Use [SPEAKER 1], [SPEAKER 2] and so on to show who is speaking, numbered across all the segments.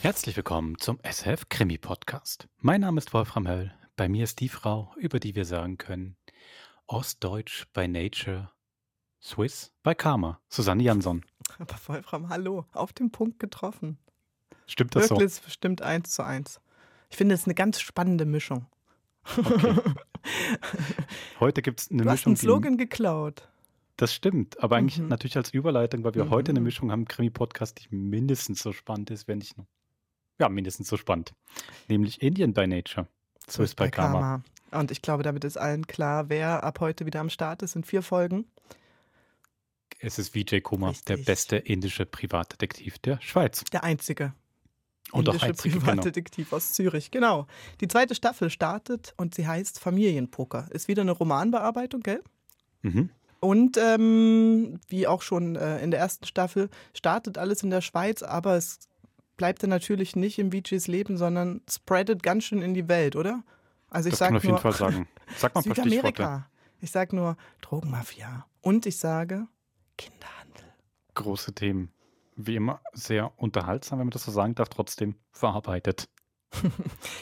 [SPEAKER 1] Herzlich willkommen zum SF Krimi Podcast. Mein Name ist Wolfram Höll. Bei mir ist die Frau, über die wir sagen können: Ostdeutsch by Nature, Swiss by Karma, Susanne Jansson.
[SPEAKER 2] Aber Wolfram, hallo, auf den Punkt getroffen.
[SPEAKER 1] Stimmt das
[SPEAKER 2] Wirklich ist bestimmt eins zu eins. Ich finde es ist eine ganz spannende Mischung.
[SPEAKER 1] so? Heute gibt es eine
[SPEAKER 2] Du hast
[SPEAKER 1] Mischung.
[SPEAKER 2] einen Slogan geklaut.
[SPEAKER 1] Die, das stimmt, aber eigentlich
[SPEAKER 2] Mhm.
[SPEAKER 1] natürlich als Überleitung, weil wir heute eine
[SPEAKER 2] Mhm.
[SPEAKER 1] Mischung haben: Krimi-Podcast, die mindestens so spannend ist, wenn nicht noch. Ja, mindestens so spannend. Nämlich Indien by Nature, Swiss by Karma.
[SPEAKER 2] Karma. Und ich glaube, damit ist allen klar, wer ab heute wieder am Start ist in vier Folgen.
[SPEAKER 1] Es ist Vijay Kumar, der
[SPEAKER 2] Richtig.
[SPEAKER 1] beste indische Privatdetektiv der Schweiz.
[SPEAKER 2] Der einzige
[SPEAKER 1] Und auch
[SPEAKER 2] indische
[SPEAKER 1] einzige, genau.
[SPEAKER 2] Privatdetektiv aus Zürich. Genau. Die zweite Staffel startet und sie heißt Familienpoker. Ist wieder eine Romanbearbeitung, gell?
[SPEAKER 1] Mhm.
[SPEAKER 2] Und ähm, wie auch schon äh, in der ersten Staffel, startet alles in der Schweiz, aber es bleibt dann natürlich nicht im VGs Leben, sondern spreadet ganz schön in die Welt, oder? Also ich
[SPEAKER 1] das
[SPEAKER 2] sage
[SPEAKER 1] kann man auf jeden
[SPEAKER 2] nur
[SPEAKER 1] Fall sagen. Sag mal ein paar Stichworte.
[SPEAKER 2] Südamerika. Ich sage nur Drogenmafia. Und ich sage Kinderhandel.
[SPEAKER 1] Große Themen. Wie immer sehr unterhaltsam, wenn man das so sagen darf, trotzdem verarbeitet.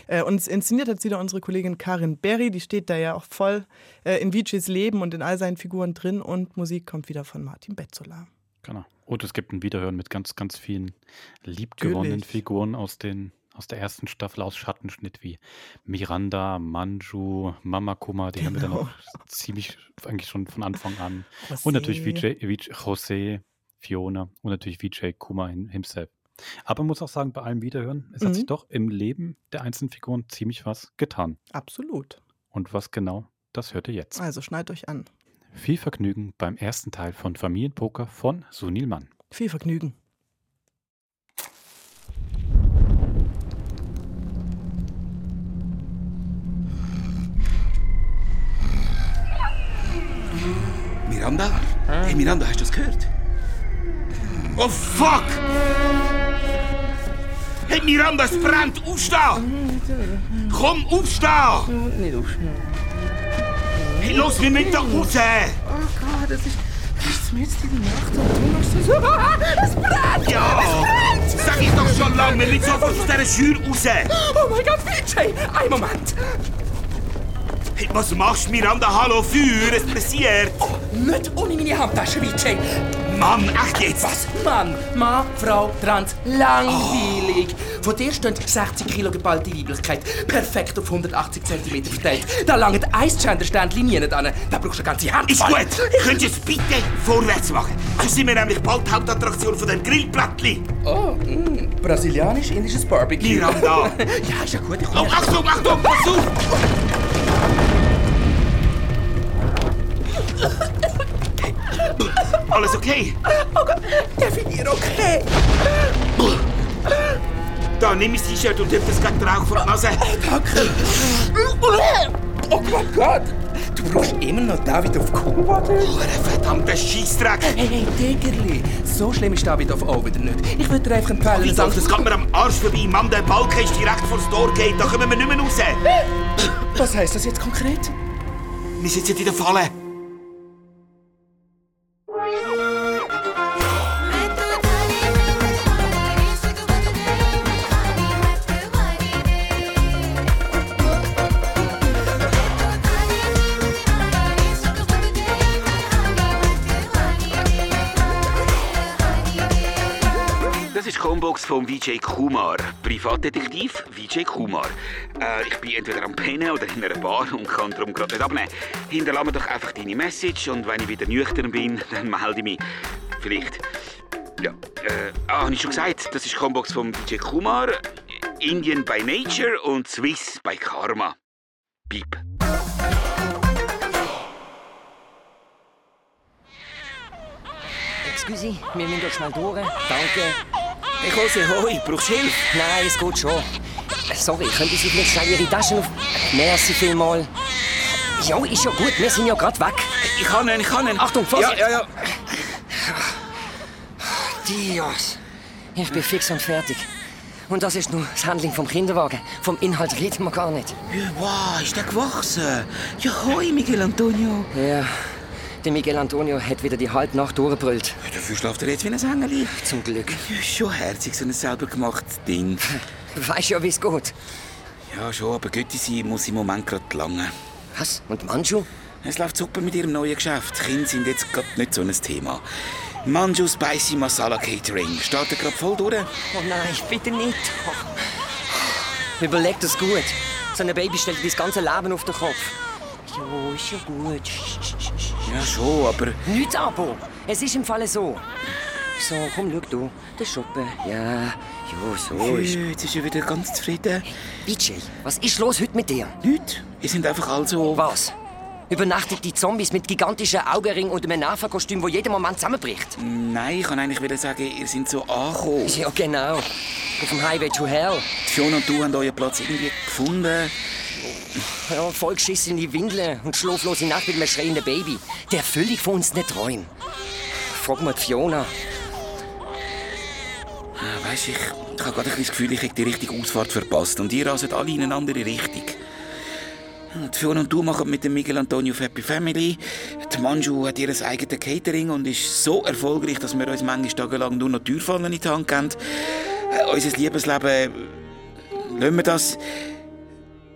[SPEAKER 2] Äh, uns inszeniert hat wieder unsere Kollegin Karin Berry, die steht da ja auch voll äh, in VGs Leben und in all seinen Figuren drin und Musik kommt wieder von Martin Betzola.
[SPEAKER 1] Genau. Und es gibt ein Wiederhören mit ganz, ganz vielen liebgewonnenen
[SPEAKER 2] Natürlich.
[SPEAKER 1] Figuren aus den aus der ersten Staffel aus Schattenschnitt wie Miranda, Manju, Mama Kuma, die haben wir dann
[SPEAKER 2] Genau.
[SPEAKER 1] auch ziemlich eigentlich schon von Anfang an.
[SPEAKER 2] José.
[SPEAKER 1] Und natürlich Vijay, Vijay, José, Fiona und natürlich Vijay Kumar hin- himself. Aber man muss auch sagen, bei allem Wiederhören, es hat
[SPEAKER 2] Mhm.
[SPEAKER 1] sich doch im Leben der einzelnen Figuren ziemlich was getan.
[SPEAKER 2] Absolut.
[SPEAKER 1] Und was genau, das hört ihr jetzt.
[SPEAKER 2] Also schneid euch an.
[SPEAKER 1] Viel Vergnügen beim ersten Teil von Familienpoker von Sunil Mann.
[SPEAKER 2] Viel Vergnügen.
[SPEAKER 3] Miranda? Hey Miranda, hast du das gehört? Oh fuck! Hey Miranda, es brennt! Aufstehen! Komm, aufstehen!
[SPEAKER 4] Nicht aufschneiden.
[SPEAKER 3] Hey, los, wir müssen da raus!
[SPEAKER 4] Oh Gott, das ist. Das ist mitten in der Nacht und du machst das. Es brennt!
[SPEAKER 3] Ja! Sag ich doch schon lange, wir müssen sofort aus dieser Schür raus!
[SPEAKER 4] Oh mein Gott, Vijay! Einen Moment!
[SPEAKER 3] Hey, was machst du, Miranda? Hallo, Feuer, es passiert!
[SPEAKER 4] Oh, Nicht ohne meine Handtasche, Vijay!
[SPEAKER 3] Mann, echt jetzt!
[SPEAKER 4] Was? Mann, Mann, Frau, Trans, langweilig!
[SPEAKER 3] Oh.
[SPEAKER 4] Von dir stehen 60 Kilo geballte Weiblichkeit, perfekt auf 180 cm verteilt. Da langt ein Gender-Ständchen nie nicht an. Da brauchst du eine ganze Hand.
[SPEAKER 3] Ist gut! Könnt ihr es bitte vorwärts machen? Sonst sind wir nämlich bald die Hauptattraktion von dem Grillplättchen!
[SPEAKER 4] Oh, mm, brasilianisch-indisches Barbecue.
[SPEAKER 3] Miranda!
[SPEAKER 4] Ja, ist ja gut, ich
[SPEAKER 3] Oh, Achtung, Achtung, pass auf! Alles okay?
[SPEAKER 4] Oh Definier okay!
[SPEAKER 3] Da, nimm mein T-Shirt und hilf das gegen den Rauch vor die Nase.
[SPEAKER 4] Danke. Oh mein Gott! Du brauchst immer noch David auf Kuba, du?
[SPEAKER 3] Oh, der verdammte Scheissdreck!
[SPEAKER 4] Hey, hey, Diggerli! So schlimm ist David auf auch wieder nicht. Ich würde dir einfach empfehlen,
[SPEAKER 3] Ich dachte, das geht mir am Arsch vorbei. Mann, der Balken ist direkt vor das Tor geht. Da kommen wir nicht mehr raus.
[SPEAKER 4] Was heisst das jetzt konkret?
[SPEAKER 3] Wir sitzen in der Falle. Das ist die Combox von Vijay Kumar. Privatdetektiv Vijay Kumar. Äh, ich bin entweder am Pennen oder in einer Bar und kann darum gerade nicht abnehmen. Hinterlasse mir doch einfach deine Message und wenn ich wieder nüchtern bin, dann melde ich mich. Vielleicht. Ja. Äh, ah, habe ich schon gesagt, das ist die Combox von Vijay Kumar. Indian by Nature und Swiss by Karma. Piep.
[SPEAKER 5] Scusi, wir müssen da schnell durch. Danke.
[SPEAKER 3] Hey Jose, hoi, brauchst du Hilfe?
[SPEAKER 5] Nein, es geht schon. Äh, Sorry, können Sie vielleicht schnell Ihre Taschen auf... Merci vielmal. Ja, ist ja gut, wir sind ja gerade weg.
[SPEAKER 3] Ich kann ihn, ich kann ihn.
[SPEAKER 5] Achtung, Vorsicht!
[SPEAKER 3] Ja, ja, ja.
[SPEAKER 5] Dios, ich bin fix und fertig. Und das ist nur das Handling vom Kinderwagen. Vom Inhalt reden wir gar nicht.
[SPEAKER 3] Äh, Wow, ist der gewachsen? Ja, hoi, Miguel Antonio.
[SPEAKER 5] Ja, Der Miguel Antonio hat wieder die halbe Nacht durchgebrüllt.
[SPEAKER 3] Dafür schläft er jetzt wie ein Hängerli.
[SPEAKER 5] Zum Glück.
[SPEAKER 3] Schon herzig, so ein selber gemachtes Ding.
[SPEAKER 5] Weißt ja, wie es geht.
[SPEAKER 3] Ja, schon, aber Götti sein muss im Moment gerade lange.
[SPEAKER 5] Was? Und Manchu?
[SPEAKER 3] Es läuft super mit ihrem neuen Geschäft. Kinder sind jetzt gerade nicht so ein Thema. Manju Spicy Masala Catering. Startet gerade voll durch.
[SPEAKER 5] Oh nein, bitte nicht. Überleg das gut. So ein Baby stellt dir das ganze Leben auf den Kopf. Jo, ist ja gut. Sch, sch, sch, sch.
[SPEAKER 3] Ja, schon, aber
[SPEAKER 5] Nichts Abo. Es ist im Falle so. So, komm, schau du. Der Schuppen. Ja, jo, so ist...
[SPEAKER 3] Jö, jetzt ist er wieder ganz zufrieden.
[SPEAKER 5] Vijay, was ist los heute mit dir?
[SPEAKER 3] Nicht? Ihr sind einfach all so...
[SPEAKER 5] Was? Übernachtigte Zombies mit gigantischen Augenringen und einem Nava-Kostüm, wo jeden Moment zusammenbricht.
[SPEAKER 3] Nein, ich kann eigentlich wieder sagen, ihr sind so angekommen.
[SPEAKER 5] Ja, genau. Auf dem Highway to Hell.
[SPEAKER 3] Fiona und du haben euren Platz irgendwie gefunden.
[SPEAKER 5] Ja, vollgeschissen in die Windeln und schlaflose Nacht mit einem schreienden Baby. Der völlig von uns nicht träumt. Frag mal die Fiona.
[SPEAKER 3] Ja, Weisst äh, ich, ich habe gerade ein bisschen das Gefühl, ich hätte die richtige Ausfahrt verpasst. Und ihr raset alle in eine andere Richtung. Ja, Die Fiona und du machen mit dem Miguel Antonio Happy Family. Die Manju hat ihr eigenes Catering und ist so erfolgreich, dass wir uns manchmal tagelang nur noch Türfallen in die Hand geben. Äh, unser Liebesleben, äh, lassen wir das.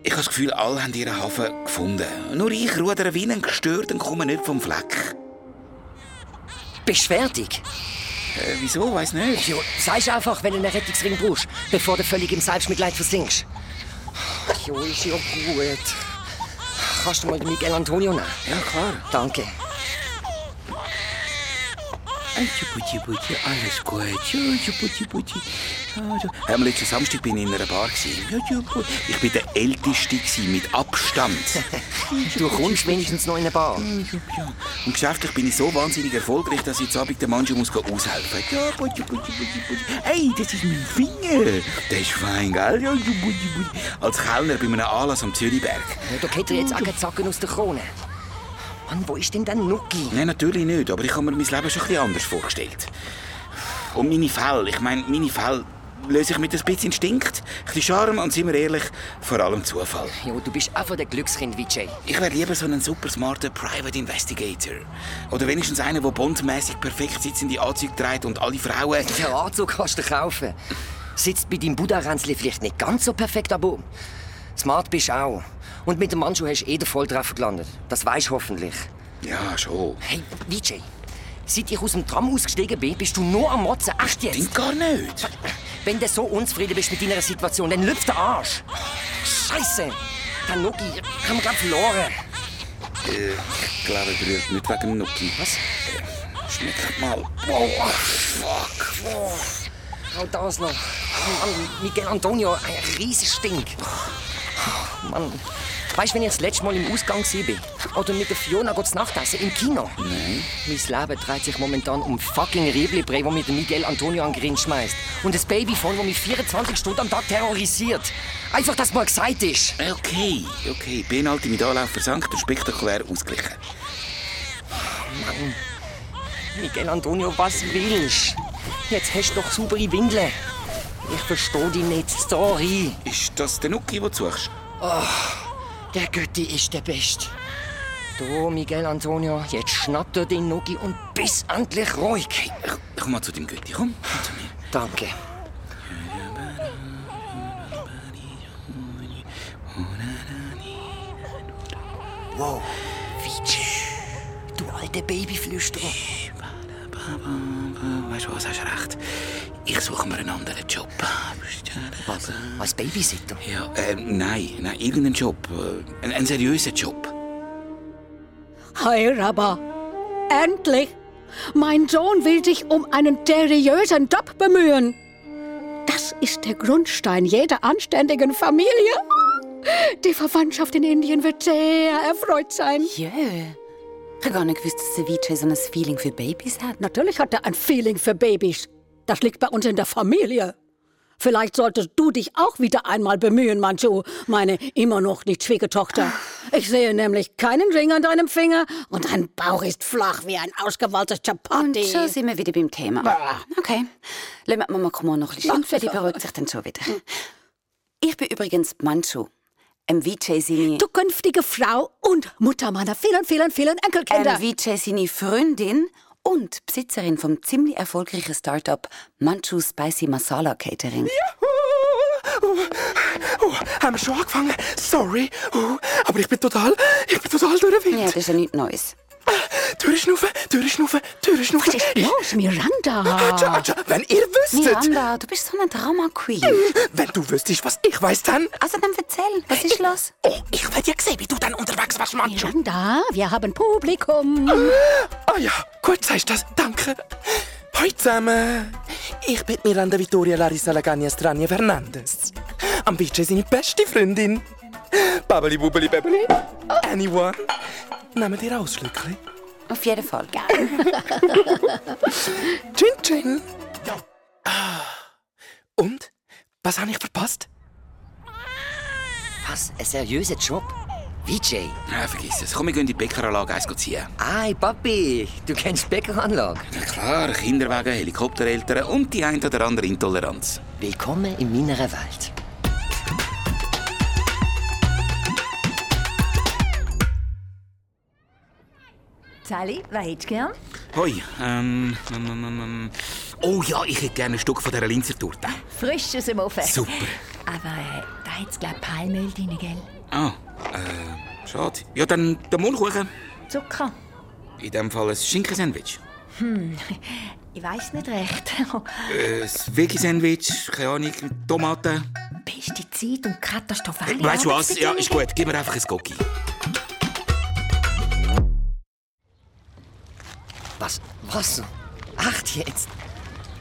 [SPEAKER 3] Ich habe das Gefühl, alle haben ihren Hafen gefunden. Nur ich rudere wie ein gestört und komme nicht vom Fleck.
[SPEAKER 5] Beschwerdig.
[SPEAKER 3] Äh, wieso? Weiß nicht.
[SPEAKER 5] Jo, sag's einfach, wenn du einen Rettungsring brauchst, bevor du völlig im Selbstmitleid versinkst. Jo, ist ja gut. Kannst du mal den Miguel Antonio nehmen?
[SPEAKER 3] Ja, klar.
[SPEAKER 5] Danke.
[SPEAKER 3] Juputi, puti, alles gut. Juputi, puti. Am letzten Samstag bin ich in einer Bar. gewesen. Ja, jupu- Ich war der Älteste gewesen, mit Abstand.
[SPEAKER 5] Du kommst wenigstens noch in eine Bar.
[SPEAKER 3] Und geschäftlich bin ich so wahnsinnig erfolgreich, dass ich jetzt Abend der Mannschaft muss aushelfen muss. Ja, puti, puti, puti, puti. Hey, das ist mein Finger. Der ist fein, gell? Ja, juputi, puti. Als Kellner bei einem Anlass am Zürichberg.
[SPEAKER 5] Ja, da geht dir jetzt auch kein Zacken aus der Krone. Mann, wo ist denn der Nucki?
[SPEAKER 3] Nein, natürlich nicht, aber ich habe mir mein Leben schon ein bisschen anders vorgestellt. Und meine Fälle, ich meine, meine Fälle löse ich mit ein bisschen Instinkt, ein bisschen Charme und, sind wir ehrlich, vor allem Zufall.
[SPEAKER 5] Jo, du bist einfach der Glückskind, Vijay.
[SPEAKER 3] Ich wäre lieber so ein super smarter Private Investigator. Oder wenigstens einer, der bondmäßig perfekt sitzende Anzüge trägt und alle Frauen...
[SPEAKER 5] Den Anzug kannst du kaufen. Sitzt bei deinem Buddha-Ränzli vielleicht nicht ganz so perfekt, aber smart bist du auch. Und mit dem Mannschuh hast du eh den Volltreffer gelandet. Das weißt du hoffentlich.
[SPEAKER 3] Ja, schon.
[SPEAKER 5] Hey, Vijay, seit ich aus dem Tram ausgestiegen bin, bist du nur am Motzen. Echt jetzt?
[SPEAKER 3] Denk gar nicht.
[SPEAKER 5] Wenn du so unzufrieden bist mit deiner Situation, dann lüpft den Arsch. Scheiße! Der Nuki, ich hab ihn grad verloren.
[SPEAKER 3] Äh, ich glaube, er berührt nicht wegen dem Nuki.
[SPEAKER 5] Was?
[SPEAKER 3] Schmeckt mal. Wow, ah, fuck. Wow.
[SPEAKER 5] Auch das noch. Oh Mann, Miguel Antonio, ein riesiger Stink. Oh Mann, weißt du, wenn ich das letzte Mal im Ausgang war? Oder mit der Fiona geht's Nachtessen im Kino? Nein. Mein Leben dreht sich momentan um fucking Rieblibrei, wo mir der Miguel Antonio an den Grind schmeißt. Und das Babyphone, wo mich 24 Stunden am Tag terrorisiert. Einfach, dass mal gesagt ist.
[SPEAKER 3] Äh, Okay, okay. Penalty mit Anlauf versank und spektakulär ausgeglichen.
[SPEAKER 5] Miguel Antonio, was willst Jetzt hast du doch saubere Windeln. Ich verstehe dich nicht, sorry. Oh,
[SPEAKER 3] Ist das der Nuki, den du suchst?
[SPEAKER 5] Der Götti ist der Best. Du, Miguel Antonio, jetzt schnapp dir den Nuki und bist endlich ruhig.
[SPEAKER 3] Ich, ich komm mal zu dem Götti, komm. komm zu mir.
[SPEAKER 5] Danke. Wow, Vijay, du alte Babyflüsterer.
[SPEAKER 3] Weißt du was, hast recht. Ich suche mir einen anderen Job.
[SPEAKER 5] Was? Als Babysitter?
[SPEAKER 3] Ja, ähm, nein, nein, irgendeinen Job. Äh, Ein, ein seriöser Job.
[SPEAKER 6] Hi, Rabba. Endlich! Mein Sohn will sich um einen seriösen Job bemühen. Das ist der Grundstein jeder anständigen Familie. Die Verwandtschaft in Indien wird sehr erfreut sein.
[SPEAKER 7] Jö. Ich habe gar nicht gewusst, dass der Vijay so ein Feeling für Babys hat.
[SPEAKER 6] Natürlich hat er ein Feeling für Babys. Das liegt bei uns in der Familie. Vielleicht solltest du dich auch wieder einmal bemühen, Manchu, meine immer noch nicht Schwiegertochter. Ich sehe nämlich keinen Ring an deinem Finger und dein Bauch ist flach wie ein ausgewalztes
[SPEAKER 7] Und
[SPEAKER 6] Chapati.
[SPEAKER 7] schon sind wir wieder beim Thema. Okay. Lassen wir Mama Kumon noch ein bisschen schimpfen, die beruhigt sich dann schon wieder. Ich bin übrigens Manchu. Mvice sini.
[SPEAKER 6] Zukünftige Frau und Mutter meiner vielen, vielen, vielen Enkelkinder.
[SPEAKER 7] Mvice sini Freundin und Besitzerin vom ziemlich erfolgreichen Startup Manchu Spicy Masala Catering.
[SPEAKER 4] Oh, oh, haben wir schon angefangen? Sorry. Oh, aber ich bin total, ich bin total
[SPEAKER 7] Ja,
[SPEAKER 4] durchwind.
[SPEAKER 7] das ist ja nichts Neues.
[SPEAKER 4] Durchschnaufen, durchschnaufen, durchschnaufen.
[SPEAKER 6] Was ist los, Miranda?
[SPEAKER 4] Ja, ja, wenn ihr wüsstet,
[SPEAKER 7] Ah.
[SPEAKER 4] Mm.
[SPEAKER 7] Miranda, du bist so eine Drama-Queen.
[SPEAKER 4] wenn du wüsstest, was ich weiß, dann...
[SPEAKER 7] Also dann erzähl, was ist los?
[SPEAKER 4] Oh, ich werd ja sehen, wie du dann unterwegs warst, Mann.
[SPEAKER 6] Miranda, wir haben Publikum.
[SPEAKER 4] Ah ja, gut sagst du das. Danke. Hallo zusammen. Ich bin Miranda Vittoria Larissa Lagagna Strania Fernandes. Am Beach ist seine beste Freundin. Babeli bubeli bebeli. Anyone? Nehmt ihr Ausschlückchen?
[SPEAKER 7] Auf jeden Fall.
[SPEAKER 4] Chin chin. Ah. Und? Was habe ich verpasst?
[SPEAKER 5] Was? Ein seriöser Job? Vijay.
[SPEAKER 3] Ja, vergiss es. Komm, wir gehen in die Bäckeranlage eins ziehen.
[SPEAKER 5] Ei, Papi, du kennst Bäckeranlage.
[SPEAKER 3] Na klar, Kinderwagen, Helikoptereltern und die ein oder andere Intoleranz.
[SPEAKER 5] Willkommen in meiner Welt.
[SPEAKER 8] Sally, was hättest du gern?
[SPEAKER 3] Hoi, ähm, ähm, ähm, ähm. Oh ja, ich hätte gerne ein Stück von dieser Linzertorte.
[SPEAKER 8] Frisch aus dem Ofen.
[SPEAKER 3] Super.
[SPEAKER 8] Aber äh, da hat's glaub Palmöl drin, gell?
[SPEAKER 3] Ah, äh, schade. Ja, dann der Mondkuchen.
[SPEAKER 8] Zucker.
[SPEAKER 3] In dem Fall ein Schinkensandwich.
[SPEAKER 7] Hm.
[SPEAKER 8] Ich weiß nicht recht.
[SPEAKER 3] Äh, ein Veggie-Sandwich, keine Ahnung, mit Tomaten.
[SPEAKER 8] Pestizid und katastrophale
[SPEAKER 3] Äh, weißt du was? Ah, Ja, ist gut. Gib mir einfach ein Cookie.
[SPEAKER 5] Was? Was? Acht jetzt?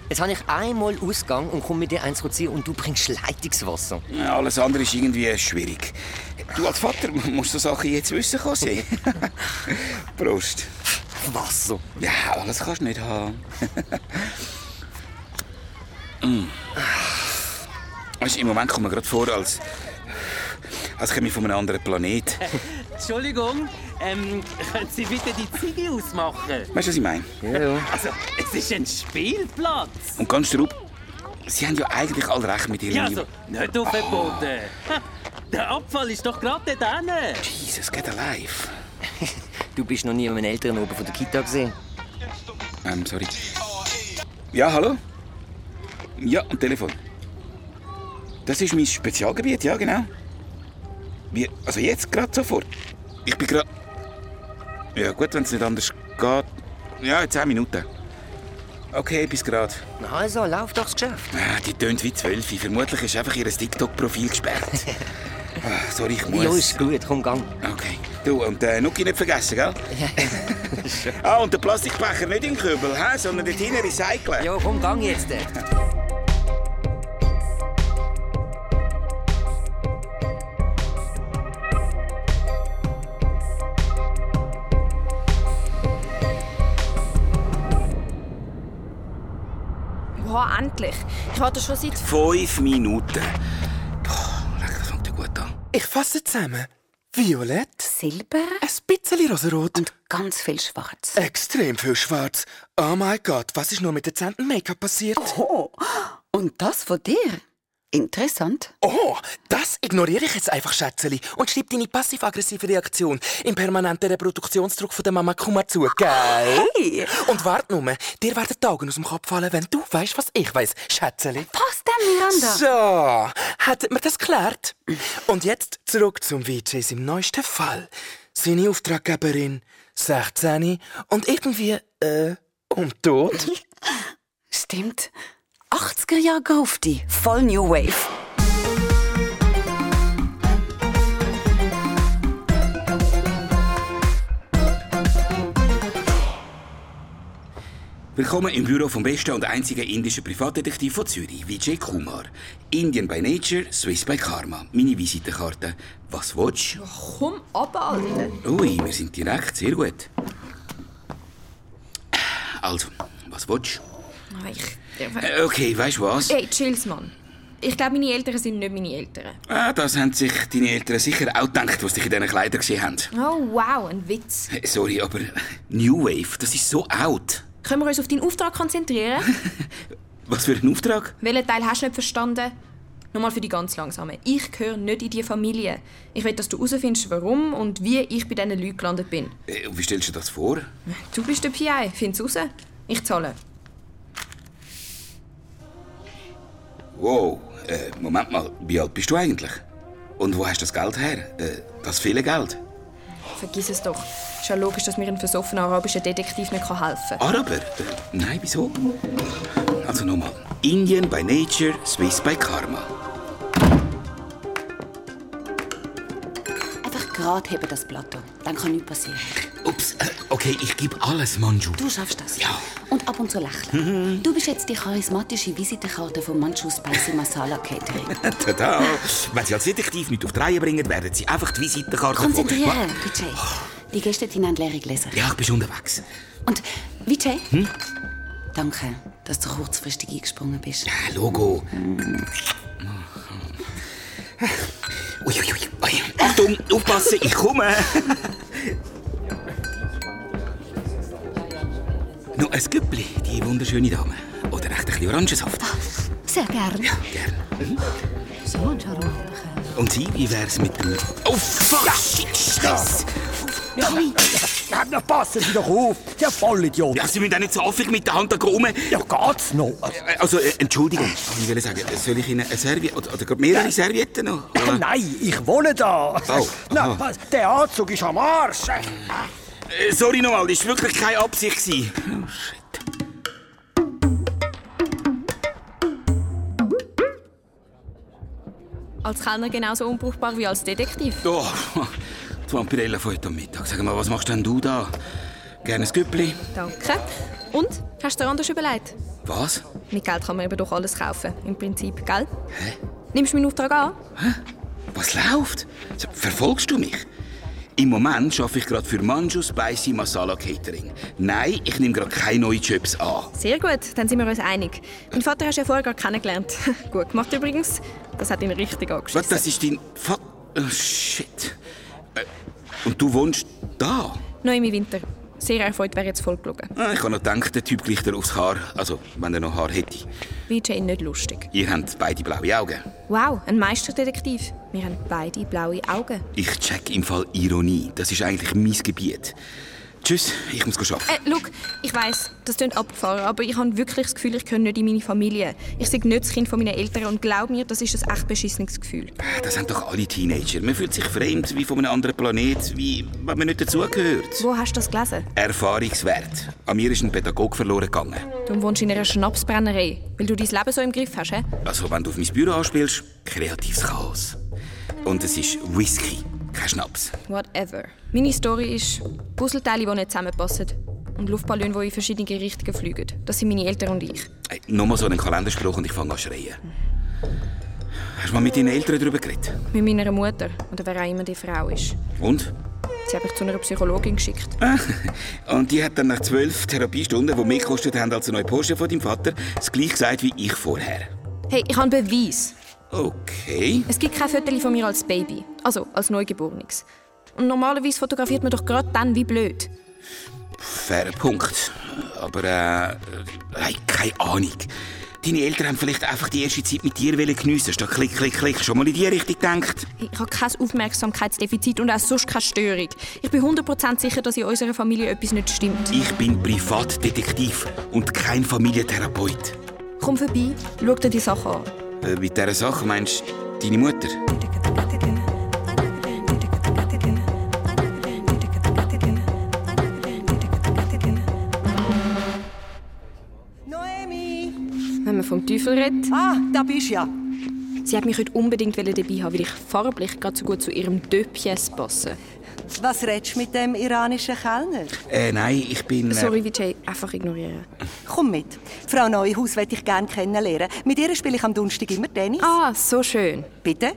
[SPEAKER 5] Jetzt habe ich einmal Ausgang und komme mit dir eins ziehen und du bringst Leitungswasser.
[SPEAKER 3] Ja, alles andere ist irgendwie schwierig. Du als Vater musst so Sachen jetzt wissen, José. Prost.
[SPEAKER 5] Wasser?
[SPEAKER 3] Ja, alles kannst du nicht haben. mm. Weisst, Im Moment kommt mir gerade vor, als, als käme ich von einem anderen Planet.
[SPEAKER 9] Äh, Entschuldigung, ähm, können Sie bitte die Ziege ausmachen?
[SPEAKER 3] Weißt du, was ich meine?
[SPEAKER 5] Ja, ja.
[SPEAKER 9] Also, es ist ein Spielplatz.
[SPEAKER 3] Und ganz drauf, sie haben ja eigentlich alle recht mit ihrem
[SPEAKER 9] Ja, also, nicht auf den Boden. Ha, Der Abfall ist doch gerade da hinten.
[SPEAKER 3] Jesus, get alive.
[SPEAKER 5] Du bist noch nie mit meinen Eltern oben von der Kita gesehen.
[SPEAKER 3] Ähm, sorry. Ja, hallo? Ja, am Telefon. Das ist mein Spezialgebiet, ja, genau. Wie, also jetzt, gerade sofort. Ich bin gerade... Ja gut, wenn es nicht anders geht. Ja, in 10 Minuten. Okay, bis gerade.
[SPEAKER 5] Na also, lauf doch das Geschäft.
[SPEAKER 3] Ah, die tönt wie 12. Vermutlich ist einfach ihr TikTok-Profil gesperrt. Ah, sorry, ich muss.
[SPEAKER 5] Ja, ist gut, komm, gang.
[SPEAKER 3] Okay. Du, und äh, Nuki nicht vergessen, gell? ah, und den Plastikbecher nicht in den Kübel, hä? sondern dort hinten recyceln.
[SPEAKER 5] Ja, komm, gang jetzt. äh.
[SPEAKER 10] Wow, endlich. Ich warte schon seit...
[SPEAKER 3] Fünf Minuten. Boah, leck, das fängt ja gut an.
[SPEAKER 4] Ich fasse zusammen. Violett,
[SPEAKER 7] Silber
[SPEAKER 4] ein bisschen rosarot.
[SPEAKER 7] und ganz viel Schwarz.
[SPEAKER 4] Extrem viel schwarz. Oh mein Gott, was ist nur mit dezentem Make-up passiert?
[SPEAKER 7] Oh, und das von dir? Interessant.
[SPEAKER 4] Oh, das ignoriere ich jetzt einfach, Schätzeli, und schreibe deine passiv-aggressive Reaktion im permanenten Reproduktionsdruck von der Mama Kuma zu, gell?
[SPEAKER 7] Hey,
[SPEAKER 4] Und warte nur, dir werden die Augen aus dem Kopf fallen, wenn du weißt, was ich weiß, Schätzeli.
[SPEAKER 7] was denn, Miranda?
[SPEAKER 4] So, hätten wir das geklärt? Und jetzt zurück zum VJs im neuesten Fall. Seine Auftraggeberin, 16 und irgendwie, äh, und tot.
[SPEAKER 7] Stimmt. 80er Jahre Gaufti, voll New Wave.
[SPEAKER 3] Willkommen im Büro vom besten und einzigen indischen Privatdetektiv von Zürich, Vijay Kumar. Indian by Nature, Swiss by Karma. Meine Visitenkarte. Was willst
[SPEAKER 10] Komm ab, Alter.
[SPEAKER 3] du? Ui, wir sind direkt, sehr gut. Also, was willst
[SPEAKER 10] Ich...
[SPEAKER 3] du? Äh, Okay, weißt du was?
[SPEAKER 10] Hey, chills, Mann. Ich glaube, meine Eltern sind nicht meine Eltern.
[SPEAKER 3] Ah, das haben sich deine Eltern sicher auch gedacht, was dich in diesen Kleidern gesehen haben.
[SPEAKER 10] Oh, wow, ein Witz.
[SPEAKER 3] Äh, Sorry, aber New Wave, das ist so out.
[SPEAKER 10] Können wir uns auf deinen Auftrag konzentrieren?
[SPEAKER 3] Was für ein Auftrag?
[SPEAKER 10] Welchen Teil hast du nicht verstanden? Nochmal für die ganz Langsamen. Ich gehöre nicht in die Familie. Ich will, dass du herausfindest, warum und wie ich bei diesen Leuten gelandet bin.
[SPEAKER 3] Äh, und wie stellst du dir das vor?
[SPEAKER 10] Du bist der PI, find's raus. Ich zahle.
[SPEAKER 3] Wow, äh, Moment mal, wie alt bist du eigentlich? Und wo hast du das Geld her? Äh, das viele Geld?
[SPEAKER 10] Vergiss es doch. Ist ja logisch, dass mir ein versoffener arabischer Detektiv nicht helfen kann.
[SPEAKER 3] Araber? Äh, nein, wieso? Also nochmal. Indien by Nature, Swiss by Karma.
[SPEAKER 7] Einfach gerade heben das Plateau. Dann kann nichts passieren.
[SPEAKER 3] Ups, äh, okay, ich gebe alles, Manju.
[SPEAKER 7] Du schaffst das. Ja. Und ab und zu lächeln. Du bist jetzt die charismatische Visitenkarte von Manchu Spicy Masala Catering.
[SPEAKER 3] Tada! Wenn sie als Detektiv nicht auf die Reihe bringen, werden sie einfach die Visitenkarte von-
[SPEAKER 7] Konzentrieren, Vijay. Die Gäste haben leere Gläser.
[SPEAKER 3] Ja, ich bin schon unterwegs.
[SPEAKER 7] Und Vijay? Danke, dass du kurzfristig eingesprungen bist.
[SPEAKER 3] Äh, Logo. Ui, ui, ui, ui. Achtung, aufpassen, ich komme. Noch ein Güppli, die wunderschöne Dame. Oder echt ein bisschen Orangensaft.
[SPEAKER 8] Sehr gern. Mhm. Ja,
[SPEAKER 3] gern.
[SPEAKER 8] So ein Charme.
[SPEAKER 3] Und sie, wie wär's mit dem... Oh, fuck! shit, Scheiss!
[SPEAKER 11] Ja, na, passen Sie doch auf! Der Vollidiot!
[SPEAKER 3] Ja, Sie müssen auch nicht so affig mit der Hand da rum. Ja,
[SPEAKER 11] geht's noch?
[SPEAKER 3] Äh, Also, äh, Entschuldigung, ich will sagen, äh, soll ich Ihnen eine Serviette oder, oder gerade mehrere Servietten noch? Oder?
[SPEAKER 11] Nein, ich wohne da!
[SPEAKER 3] Oh,
[SPEAKER 11] Na,
[SPEAKER 3] aha.
[SPEAKER 11] was? Der Anzug ist am Arsch!
[SPEAKER 3] Äh, Sorry nochmal, das war wirklich keine Absicht. gewesen.
[SPEAKER 10] Als Kellner genauso unbrauchbar wie als Detektiv.
[SPEAKER 3] Oh, die Vampirella fällt am Mittag. Sag mal, was machst denn du da? Gerne ein Güppli?
[SPEAKER 10] Danke. Und? Hast du dir anders überlegt?
[SPEAKER 3] Was?
[SPEAKER 10] Mit Geld kann man eben doch alles kaufen. Im Prinzip, gell? Hä? Nimmst du meinen Auftrag an?
[SPEAKER 3] Was läuft? Verfolgst du mich? Im Moment arbeite ich gerade für Manju Spicy Masala Catering. Nein, ich nehme gerade keine neuen Jobs an.
[SPEAKER 10] Sehr gut, dann sind wir uns einig. Mein Vater hast du ja vorher gar kennengelernt. gut gemacht übrigens. Das hat ihn richtig angeschaut.
[SPEAKER 3] Was, das ist dein Vater... Oh, shit. Äh, Und du wohnst da?
[SPEAKER 10] Noch im Winter. Sehr erfreut wäre jetzt voll gelogen.
[SPEAKER 3] Ah, Ich habe noch gedacht, der Typ gleicht dir aufs Haar. Also, wenn er noch Haar hätte.
[SPEAKER 10] Vijay nicht lustig.
[SPEAKER 3] Ihr habt beide blaue Augen.
[SPEAKER 10] Wow, ein Meisterdetektiv. Wir haben beide blaue Augen.
[SPEAKER 3] Ich check im Fall Ironie. Das ist eigentlich mein Gebiet. Tschüss, ich muss arbeiten.
[SPEAKER 10] Äh, look, ich weiß, das tönt abgefahren, aber ich habe wirklich das Gefühl, ich gehöre nicht in meine Familie. Ich bin nicht das Kind von meinen Eltern und glaub mir, das ist ein echt beschissenes Gefühl.
[SPEAKER 3] Das haben doch alle Teenager. Man fühlt sich fremd, wie von einem anderen Planet, wie wenn man nicht dazugehört.
[SPEAKER 10] Wo hast du das gelesen?
[SPEAKER 3] Erfahrungswert. An mir ist ein Pädagoge verloren gegangen.
[SPEAKER 10] Du wohnst in einer Schnapsbrennerei, weil du dein Leben so im Griff hast, hä?
[SPEAKER 3] Also, wenn du auf mein Büro anspielst, kreatives Chaos. Und es ist Whisky, kein Schnaps.
[SPEAKER 10] Whatever. Meine Story ist Puzzleteile, die nicht zusammenpassen. Und Luftballons, die in verschiedene Richtungen fliegen. Das sind meine Eltern und ich.
[SPEAKER 3] Hey, Nochmal so einen Kalenderspruch und ich fange an zu schreien. Hast du mal mit deinen Eltern darüber geredet?
[SPEAKER 10] Mit meiner Mutter oder wer auch immer die Frau ist.
[SPEAKER 3] Und?
[SPEAKER 10] Sie hat mich zu einer Psychologin geschickt.
[SPEAKER 3] Und die hat dann nach zwölf Therapiestunden, die mehr gekostet haben als ein neuer Porsche von deinem Vater, das gleiche gesagt wie ich vorher.
[SPEAKER 10] Hey, ich habe Beweis.
[SPEAKER 3] Okay.
[SPEAKER 10] Es gibt kein Foto von mir als Baby, also als Neugeborenes. Und normalerweise fotografiert man doch gerade dann wie blöd.
[SPEAKER 3] Fairer Punkt. Aber, äh, äh, hey, keine Ahnung. Deine Eltern haben vielleicht einfach die erste Zeit mit dir wollen geniessen statt klick, klick, klick. Schon mal in die Richtung gedacht?
[SPEAKER 10] Hey, Ich habe kein Aufmerksamkeitsdefizit und auch sonst keine Störung. Ich bin 100% sicher, dass in unserer Familie etwas nicht stimmt.
[SPEAKER 3] Ich bin Privatdetektiv und kein Familientherapeut.
[SPEAKER 10] Komm vorbei, schau dir die Sache an.
[SPEAKER 3] Äh, mit dieser Sache meinst du deine Mutter?
[SPEAKER 10] Wenn man vom Teufel redet. Ah, da bist ja. Sie hat mich heute unbedingt dabei haben, weil ich farblich gerade so gut zu ihrem Döpjes passe.
[SPEAKER 12] Was redest du mit dem iranischen Kellner?
[SPEAKER 3] Äh, nein, ich bin... Äh,
[SPEAKER 10] Sorry, Vijay, einfach ignorieren.
[SPEAKER 12] Komm mit. Frau Neuhaus möchte ich gerne kennenlernen. Mit ihr spiele ich am Donnerstag immer Tennis.
[SPEAKER 10] Ah, so schön.
[SPEAKER 12] Bitte?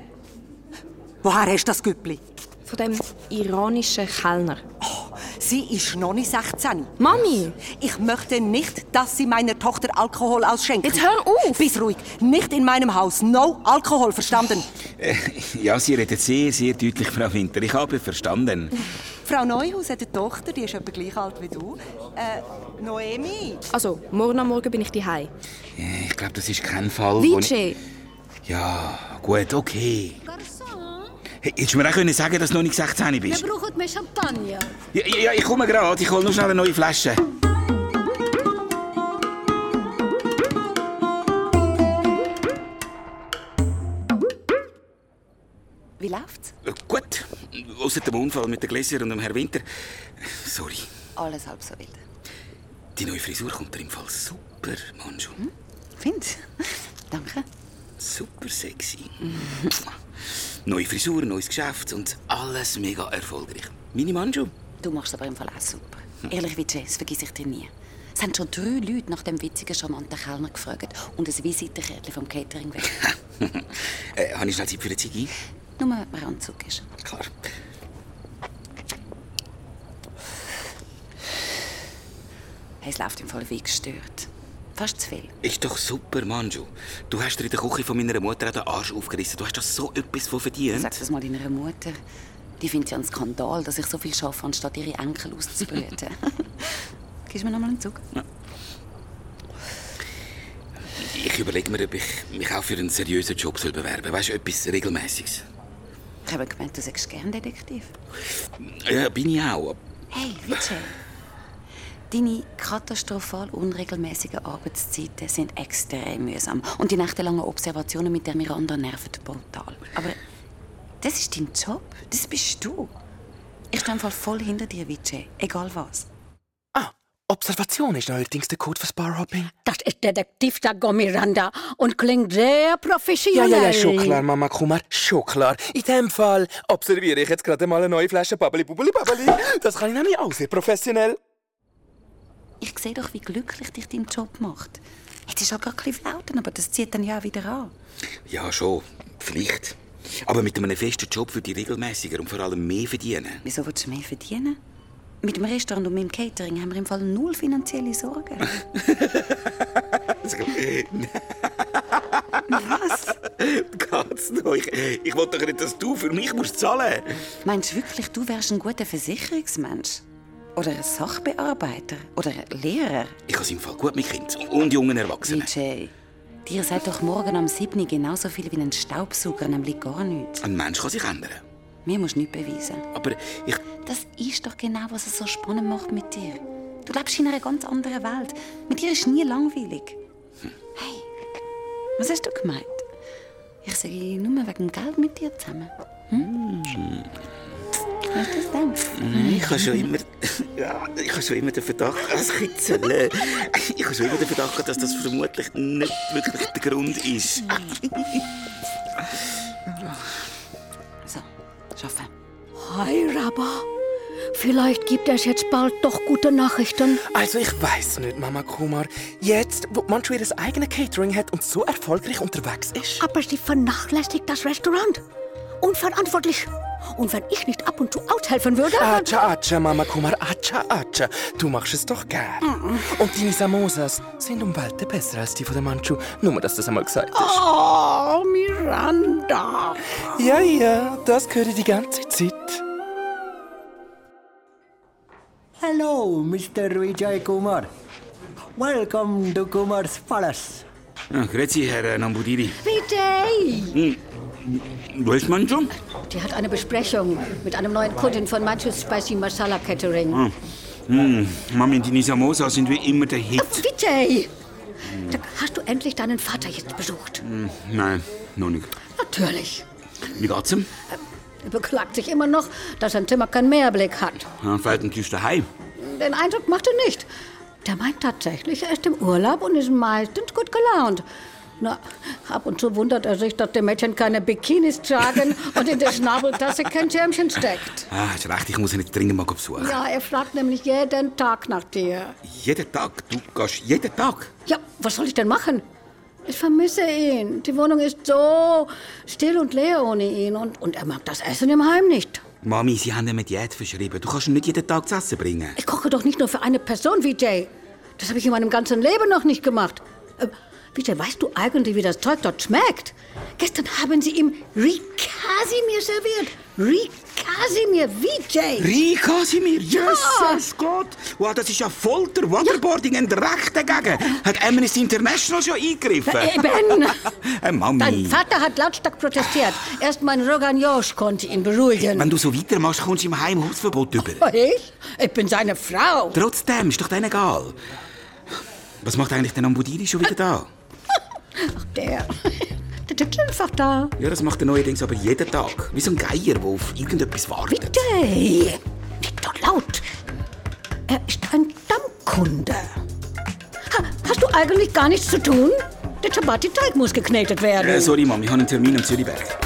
[SPEAKER 12] Woher hast du das Güppli? Oh,
[SPEAKER 10] Von dem iranischen Kellner.
[SPEAKER 12] Sie ist noch nicht 16.
[SPEAKER 10] Mami!
[SPEAKER 12] Ich möchte nicht, dass Sie meiner Tochter Alkohol ausschenken.
[SPEAKER 10] Jetzt hör auf!
[SPEAKER 12] Bis ruhig. Nicht in meinem Haus. No Alkohol, verstanden?
[SPEAKER 3] Äh, ja, Sie reden sehr, sehr deutlich, Frau Winter. Ich habe verstanden.
[SPEAKER 12] Frau Neuhaus hat eine Tochter, die ist etwa gleich alt wie du. Äh, Noemi?
[SPEAKER 10] Also, morgen am Morgen bin ich daheim.
[SPEAKER 3] Äh, Ich glaube, das ist kein Fall, wo ich...
[SPEAKER 10] Vijay!
[SPEAKER 3] Ja, gut, okay. Hey, hättest du mir auch können sagen, dass du noch nicht 16
[SPEAKER 6] Wir
[SPEAKER 3] bist?
[SPEAKER 6] brauchen mehr Champagner.
[SPEAKER 3] Ja, ja, ja, ich komme gerade. Ich hole nur schnell eine neue Flasche.
[SPEAKER 7] Wie läuft's?
[SPEAKER 3] Äh, Gut, außer dem Unfall mit den Gläsern und dem Herr Winter. Sorry,
[SPEAKER 7] Alles halb so wild.
[SPEAKER 3] die neue Frisur kommt dir im Fall super, Manjo.
[SPEAKER 7] Hm? Find. Danke. Mhm.
[SPEAKER 3] Super sexy. Neue Frisur, neues Geschäft und alles mega erfolgreich. Meine Manjo?
[SPEAKER 7] Du machst aber im Fall auch super. Ehrlich wie Jay, das vergiss ich dir nie. Es haben schon drei Leute nach dem witzigen, charmanten Kellner gefragt und ein Visitenkärtchen vom Catering weg.
[SPEAKER 3] Äh, habe ich schnell Zeit für eine Ziege?
[SPEAKER 7] Nur wenn man Anzug ist.
[SPEAKER 3] Klar.
[SPEAKER 7] Hey, es läuft im Fall wie gestört. Fast zu viel.
[SPEAKER 3] Ist doch super, Manjo. Du hast dir in der Küche von meiner Mutter auch den Arsch aufgerissen. Du hast doch so etwas von verdient.
[SPEAKER 7] Sag das mal deiner Mutter. Die findet ja einen Skandal, dass ich so viel schaffe, anstatt ihre Enkel auszubrüten. Gibst mir nochmal einen Zug?
[SPEAKER 3] Ich überlege mir, ob ich mich auch für einen seriösen Job soll bewerben soll. Weißt du, etwas Regelmäßiges?
[SPEAKER 7] Ich habe gemeint, du sagst gern Detektiv.
[SPEAKER 3] Ja, bin ich auch.
[SPEAKER 7] Hey, Vijay. Deine katastrophal unregelmäßigen Arbeitszeiten sind extrem mühsam. Und die nächtelangen Observationen mit der Miranda nerven brutal. Aber das ist dein Job. Das bist du. Ich stehe im Fall voll hinter dir, Vijay. Egal was.
[SPEAKER 4] Observation ist neuerdings der Code für Sparhopping.
[SPEAKER 6] Das ist Detektiv Dago Miranda und klingt sehr professionell.
[SPEAKER 4] Mama Kumar, schon klar. In dem Fall observiere ich jetzt gerade mal eine neue Flasche Bubbly Bubbly Bubbly. Das kann ich nämlich auch sehr professionell.
[SPEAKER 7] Ich sehe doch, wie glücklich dich dein Job macht. Jetzt ist auch gerade ein bisschen flauten, aber das zieht dann ja auch wieder an.
[SPEAKER 3] Ja, schon. Vielleicht. Aber mit einem festen Job würde ich regelmäßiger und vor allem mehr verdienen.
[SPEAKER 7] Wieso willst du mehr verdienen? Mit dem Restaurant und meinem Catering haben wir im Fall null finanzielle Sorgen. Was?
[SPEAKER 3] Ganz noch. Ich, ich will doch nicht, dass du für mich musst zahlen
[SPEAKER 7] Meinst du wirklich, du wärst ein guter Versicherungsmensch? Oder ein Sachbearbeiter? Oder ein Lehrer?
[SPEAKER 3] Ich habe es im Fall gut mit Kindern und jungen Erwachsenen.
[SPEAKER 7] Vijay, dir sagt doch morgen am 7. Uhr genauso viel wie ein Staubsauger, nämlich gar nichts.
[SPEAKER 3] Ein Mensch kann sich ändern.
[SPEAKER 7] Mir musst du nichts beweisen.
[SPEAKER 3] Aber ich...
[SPEAKER 7] Das ist doch genau, was es so spannend macht mit dir. Du lebst in einer ganz anderen Welt. Mit dir ist nie langweilig. Hey, was hast du gemeint? Ich sage nur wegen dem Geld mit dir zusammen. Hm? Hast du das gedacht?
[SPEAKER 3] Ich habe schon immer... Ja, ich habe schon immer den Verdacht... Das Kitzeln. Ich habe schon immer den Verdacht, dass das vermutlich nicht wirklich der Grund ist.
[SPEAKER 7] So, schaffen.
[SPEAKER 6] Hi, Rabba. Vielleicht gibt es jetzt bald doch gute Nachrichten.
[SPEAKER 4] Also ich weiß nicht, Mama Kumar. Jetzt, wo Manchu ihr eigenes Catering hat und so erfolgreich unterwegs ist.
[SPEAKER 6] Aber sie vernachlässigt das Restaurant. Unverantwortlich. Und wenn ich nicht ab und zu aushelfen würde.
[SPEAKER 4] Atscha, atscha, Mama Kumar, atscha, atscha. Du machst es doch gern. Und deine Samosas sind um Welten besser als die von der Manchu. Nur, dass du das einmal gesagt hast.
[SPEAKER 6] Oh, Miranda.
[SPEAKER 4] Ja, ja, das höre ich die ganze Zeit.
[SPEAKER 13] Hello, Mr. Vijay Kumar. Welcome to Kumar's Palace.
[SPEAKER 3] Ja, grüezi, Herr äh, Nambudiri.
[SPEAKER 6] Vijay.
[SPEAKER 3] Hm. Wo ist man schon?
[SPEAKER 6] Die hat eine Besprechung mit einem neuen Kunden von Manchus Spicy Masala Catering.
[SPEAKER 3] Ah. Hm. Mami und deine Samosa sind wie immer der Hit.
[SPEAKER 6] Vijay! Da hast du endlich deinen Vater jetzt besucht.
[SPEAKER 3] Hm, Nein, noch nicht.
[SPEAKER 6] Natürlich.
[SPEAKER 3] Wie geht's ihm?
[SPEAKER 6] Er beklagt sich immer noch, dass sein Zimmer keinen Meerblick hat.
[SPEAKER 3] Ja, Ah, fällt ein Tisch daheim.
[SPEAKER 6] Den Eindruck macht er nicht. Der meint tatsächlich, er ist im Urlaub und ist meistens gut gelaunt. Na, ab und zu wundert er sich, dass die Mädchen keine Bikinis tragen und in der Schnabeltasse kein Schirmchen steckt.
[SPEAKER 3] Ah, hast recht, ich muss ihn nicht dringend mal besuchen.
[SPEAKER 6] Ja, er fragt nämlich jeden Tag nach dir.
[SPEAKER 3] Jeden Tag, du gehst jeden Tag.
[SPEAKER 6] Ja, was soll ich denn machen? Ich vermisse ihn. Die Wohnung ist so still und leer ohne ihn. Und, und er mag das Essen im Heim nicht.
[SPEAKER 3] Mami, sie haben ihm eine Diät verschrieben. Du kannst ihn nicht jeden Tag zu essen bringen.
[SPEAKER 6] Ich koche doch nicht nur für eine Person, Vijay. Das habe ich in meinem ganzen Leben noch nicht gemacht. Äh, Vijay, weißt du eigentlich, wie das Zeug dort schmeckt? Gestern haben sie ihm Rikasi mir serviert. Rikasi. Kasimir, Vijay!
[SPEAKER 3] Rhein Kasimir,
[SPEAKER 6] Ah.
[SPEAKER 3] Jesus Gott! Wow, das ist ja Folter, Waterboarding und Recht dagegen. Hat Amnesty International schon eingegriffen?
[SPEAKER 6] Eben.
[SPEAKER 3] äh, Mami.
[SPEAKER 6] Dein Vater hat lautstark protestiert. Erst mein Rogan Josch konnte ihn beruhigen. Oh,
[SPEAKER 3] Wenn du so weitermachst, kommst du im Heim Hausverbot über.
[SPEAKER 6] Ich? Ich bin seine Frau.
[SPEAKER 3] Trotzdem, ist doch denen egal. Was macht eigentlich der Ambudiri schon wieder da?
[SPEAKER 6] Ach, der. Der sitzt einfach da.
[SPEAKER 3] Ja, das macht er neuerdings aber jeden Tag. Wie so ein Geier, der auf irgendetwas wartet.
[SPEAKER 6] Hey, nicht so laut. Er ist ein Dammkunde. Ha, hast du eigentlich gar nichts zu tun? Der Ciabattiteig muss geknetet werden.
[SPEAKER 3] Äh, sorry, Mami, ich habe einen Termin am Zürichberg.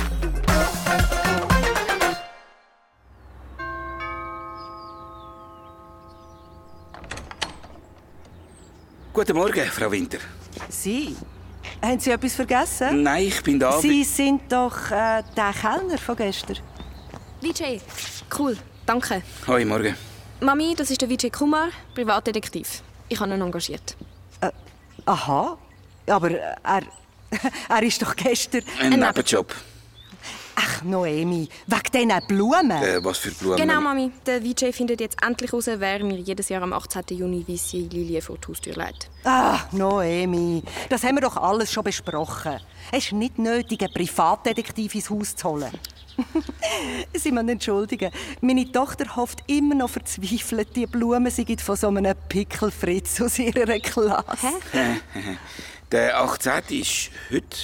[SPEAKER 3] Guten Morgen, Frau Winter.
[SPEAKER 12] Sie? Haben Sie etwas vergessen?
[SPEAKER 3] Nein, ich bin da.
[SPEAKER 12] Sie sind doch äh, der Kellner von gestern.
[SPEAKER 10] Vijay, cool, danke.
[SPEAKER 3] Hoi, morgen.
[SPEAKER 10] Mami, das ist der Vijay Kumar, Privatdetektiv. Ich habe ihn engagiert.
[SPEAKER 12] Aha, aber äh, er, er ist doch gestern...
[SPEAKER 3] Ein Nebenjob.
[SPEAKER 12] Ach, Noemi, wegen diesen Blumen.
[SPEAKER 3] Äh, was für Blumen?
[SPEAKER 10] Genau, Mami. Der Vijay findet jetzt endlich raus, wer mir jedes Jahr am 18. Juni weiße Lilie vor die Haustür legt.
[SPEAKER 12] Ah, Noemi, das haben wir doch alles schon besprochen. Es ist nicht nötig, einen Privatdetektiv ins Haus zu holen. Sie müssen entschuldigen. Meine Tochter hofft immer noch verzweifelt, die Blumen seien von so einem Pickelfritz aus ihrer Klasse.
[SPEAKER 3] Der 18. ist heute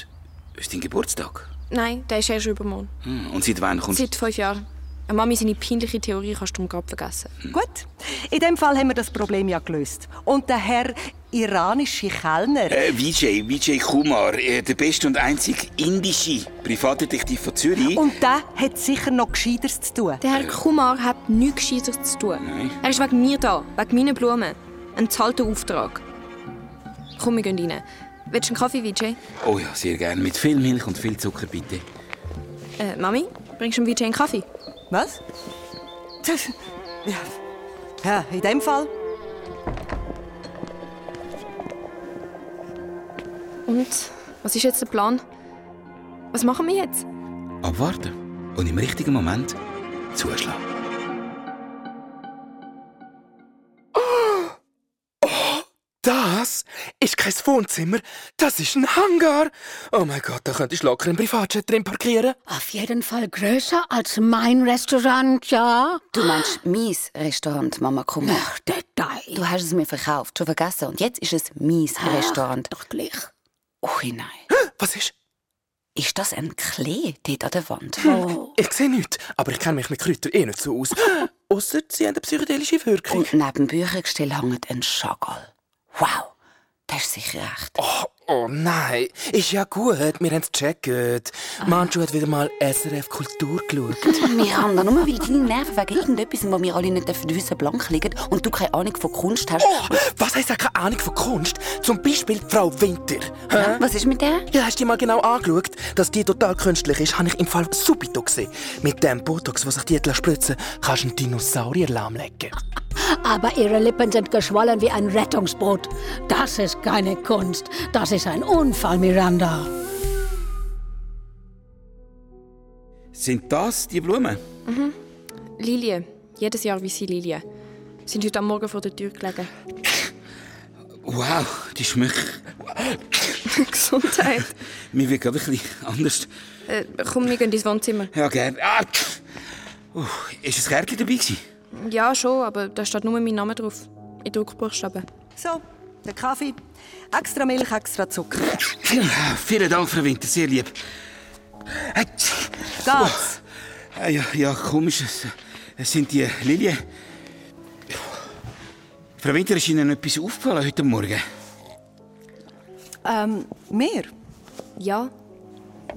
[SPEAKER 3] ist dein Geburtstag.
[SPEAKER 10] Nein, der ist erst übermorgen.
[SPEAKER 3] Hm, Und seit wann kommst
[SPEAKER 10] Seit fünf Jahren. Äh, Mami, seine peinliche Theorie kannst du gerade vergessen.
[SPEAKER 12] Gut, in dem Fall haben wir das Problem ja gelöst. Und der Herr iranische Kellner,
[SPEAKER 3] Äh, Vijay, Vijay Kumar, äh, der beste und einzig indische Privatdetektiv von Zürich.
[SPEAKER 12] und der hat sicher noch Gescheiteres zu tun.
[SPEAKER 3] Äh.
[SPEAKER 10] Der Herr Kumar hat nichts Gescheiteres zu tun. Er ist wegen mir da, wegen meinen Blumen. Ein zahlter Auftrag. Komm, wir gehen rein. Willst du einen Kaffee, Vijay?
[SPEAKER 3] Oh ja, sehr gerne. Mit viel Milch und viel Zucker, bitte.
[SPEAKER 10] Äh, Mami, bringst du dem Vijay einen Kaffee?
[SPEAKER 12] Was? Ja. ja, in dem Fall.
[SPEAKER 10] Und? Was ist jetzt der Plan? Was machen wir jetzt?
[SPEAKER 3] Abwarten und im richtigen Moment zuschlagen.
[SPEAKER 14] Oh, Das ist kein Wohnzimmer, das ist ein Hangar. Oh mein Gott, da könnte ich locker einen Privatjet drin parkieren.
[SPEAKER 6] Auf jeden Fall größer als mein Restaurant, ja?
[SPEAKER 7] Du meinst mies Restaurant, Mama Kummer? Ach,
[SPEAKER 6] der Dei.
[SPEAKER 7] Du hast es mir verkauft, schon vergessen. Und jetzt ist es mies Restaurant.
[SPEAKER 6] Doch gleich.
[SPEAKER 7] Oh nein.
[SPEAKER 14] Was ist?
[SPEAKER 7] Ist das ein Klee dort an der Wand?
[SPEAKER 14] Hm,
[SPEAKER 7] Oh.
[SPEAKER 14] Ich sehe nichts, aber ich kenne mich mit Kräutern eh nicht so aus. Außer sie haben eine psychedelische Wirkung.
[SPEAKER 7] Und neben dem Büchergestell hängt ein Schagall. Wow, das ist sicher recht.
[SPEAKER 14] Oh, oh nein, ist ja gut, wir haben es gecheckt.
[SPEAKER 7] Ah.
[SPEAKER 14] Manchu hat wieder mal SRF Kultur geschaut.
[SPEAKER 7] Wir haben da nur, weil deine Nerven wegen irgendetwas, wo wir alle nicht wissen dürfen, blank liegen und du keine Ahnung von Kunst hast.
[SPEAKER 14] Oh, was heisst ja keine Ahnung von Kunst? Zum Beispiel Frau Winter. Hä?
[SPEAKER 7] was ist mit der?
[SPEAKER 14] Ja, hast du die mal genau angeschaut? Dass die total künstlich ist, habe ich im Fall subito gesehen. Mit dem Botox, was sich die jetzt spritzen lässt, kannst du einen Dinosaurier lahmlegen.
[SPEAKER 6] Aber ihre Lippen sind geschwollen wie ein Rettungsboot. Das ist keine Kunst. Das ist ein Unfall, Miranda.
[SPEAKER 3] Sind das die Blumen?
[SPEAKER 10] Mhm. Lilie. Jedes Jahr wie sie Lilie. Sind heute am Morgen vor der Tür gelegen.
[SPEAKER 3] Wow, die schmecken.
[SPEAKER 10] Gesundheit.
[SPEAKER 3] Mir wird gerade ein bisschen anders.
[SPEAKER 10] Äh, komm, wir gehen ins Wohnzimmer.
[SPEAKER 3] Ja, gerne. Ah, pff. Uff, ist ein Kärtchen dabei gewesen?
[SPEAKER 10] Ja, schon, aber da steht nur mein Name drauf. In Druckbuchstaben.
[SPEAKER 12] So, der Kaffee. Extra Milch, extra Zucker.
[SPEAKER 3] Vielen, vielen Ah, Dank, Frau Winter, sehr lieb. Äh, tsch.
[SPEAKER 12] Geht's?
[SPEAKER 3] Oh, äh, ja, ja, komisch. Es, es sind die Lilien. Frau Winter, ist Ihnen etwas aufgefallen heute Morgen?
[SPEAKER 12] Ähm, mehr?
[SPEAKER 10] Ja.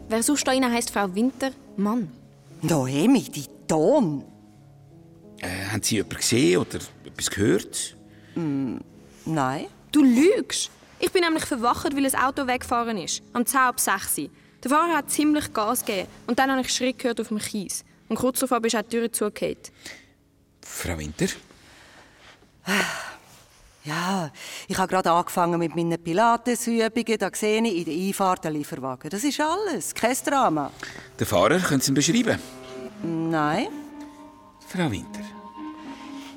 [SPEAKER 10] Wer sonst da rein heisst Frau Winter? Mann.
[SPEAKER 12] Noemi, die Ton.
[SPEAKER 3] Äh, haben Sie jemanden gesehen oder etwas gehört?
[SPEAKER 12] nein.
[SPEAKER 10] Du lügst! Ich bin nämlich verwacht, weil ein Auto weggefahren ist. Am 10 ab 6 Uhr. Der Fahrer hat ziemlich Gas gegeben. Und dann habe ich Schritt gehört auf dem Kies. Und kurz darauf ist auch die Tür zugefallen.
[SPEAKER 3] Frau Winter?
[SPEAKER 12] Ja, ich habe gerade angefangen mit meinen Pilatesübungen. Da sehe ich in der Einfahrt den Lieferwagen. Das ist alles. Kein Drama.
[SPEAKER 3] Der Fahrer, können Sie ihn beschreiben?
[SPEAKER 12] Nein.
[SPEAKER 3] Frau Winter.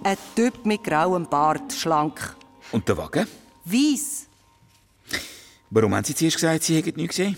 [SPEAKER 12] Ein Typ mit grauem Bart, schlank.
[SPEAKER 3] Und der Wagen?
[SPEAKER 12] Weiss.
[SPEAKER 3] Warum haben Sie zuerst gesagt, Sie hätten nichts gesehen?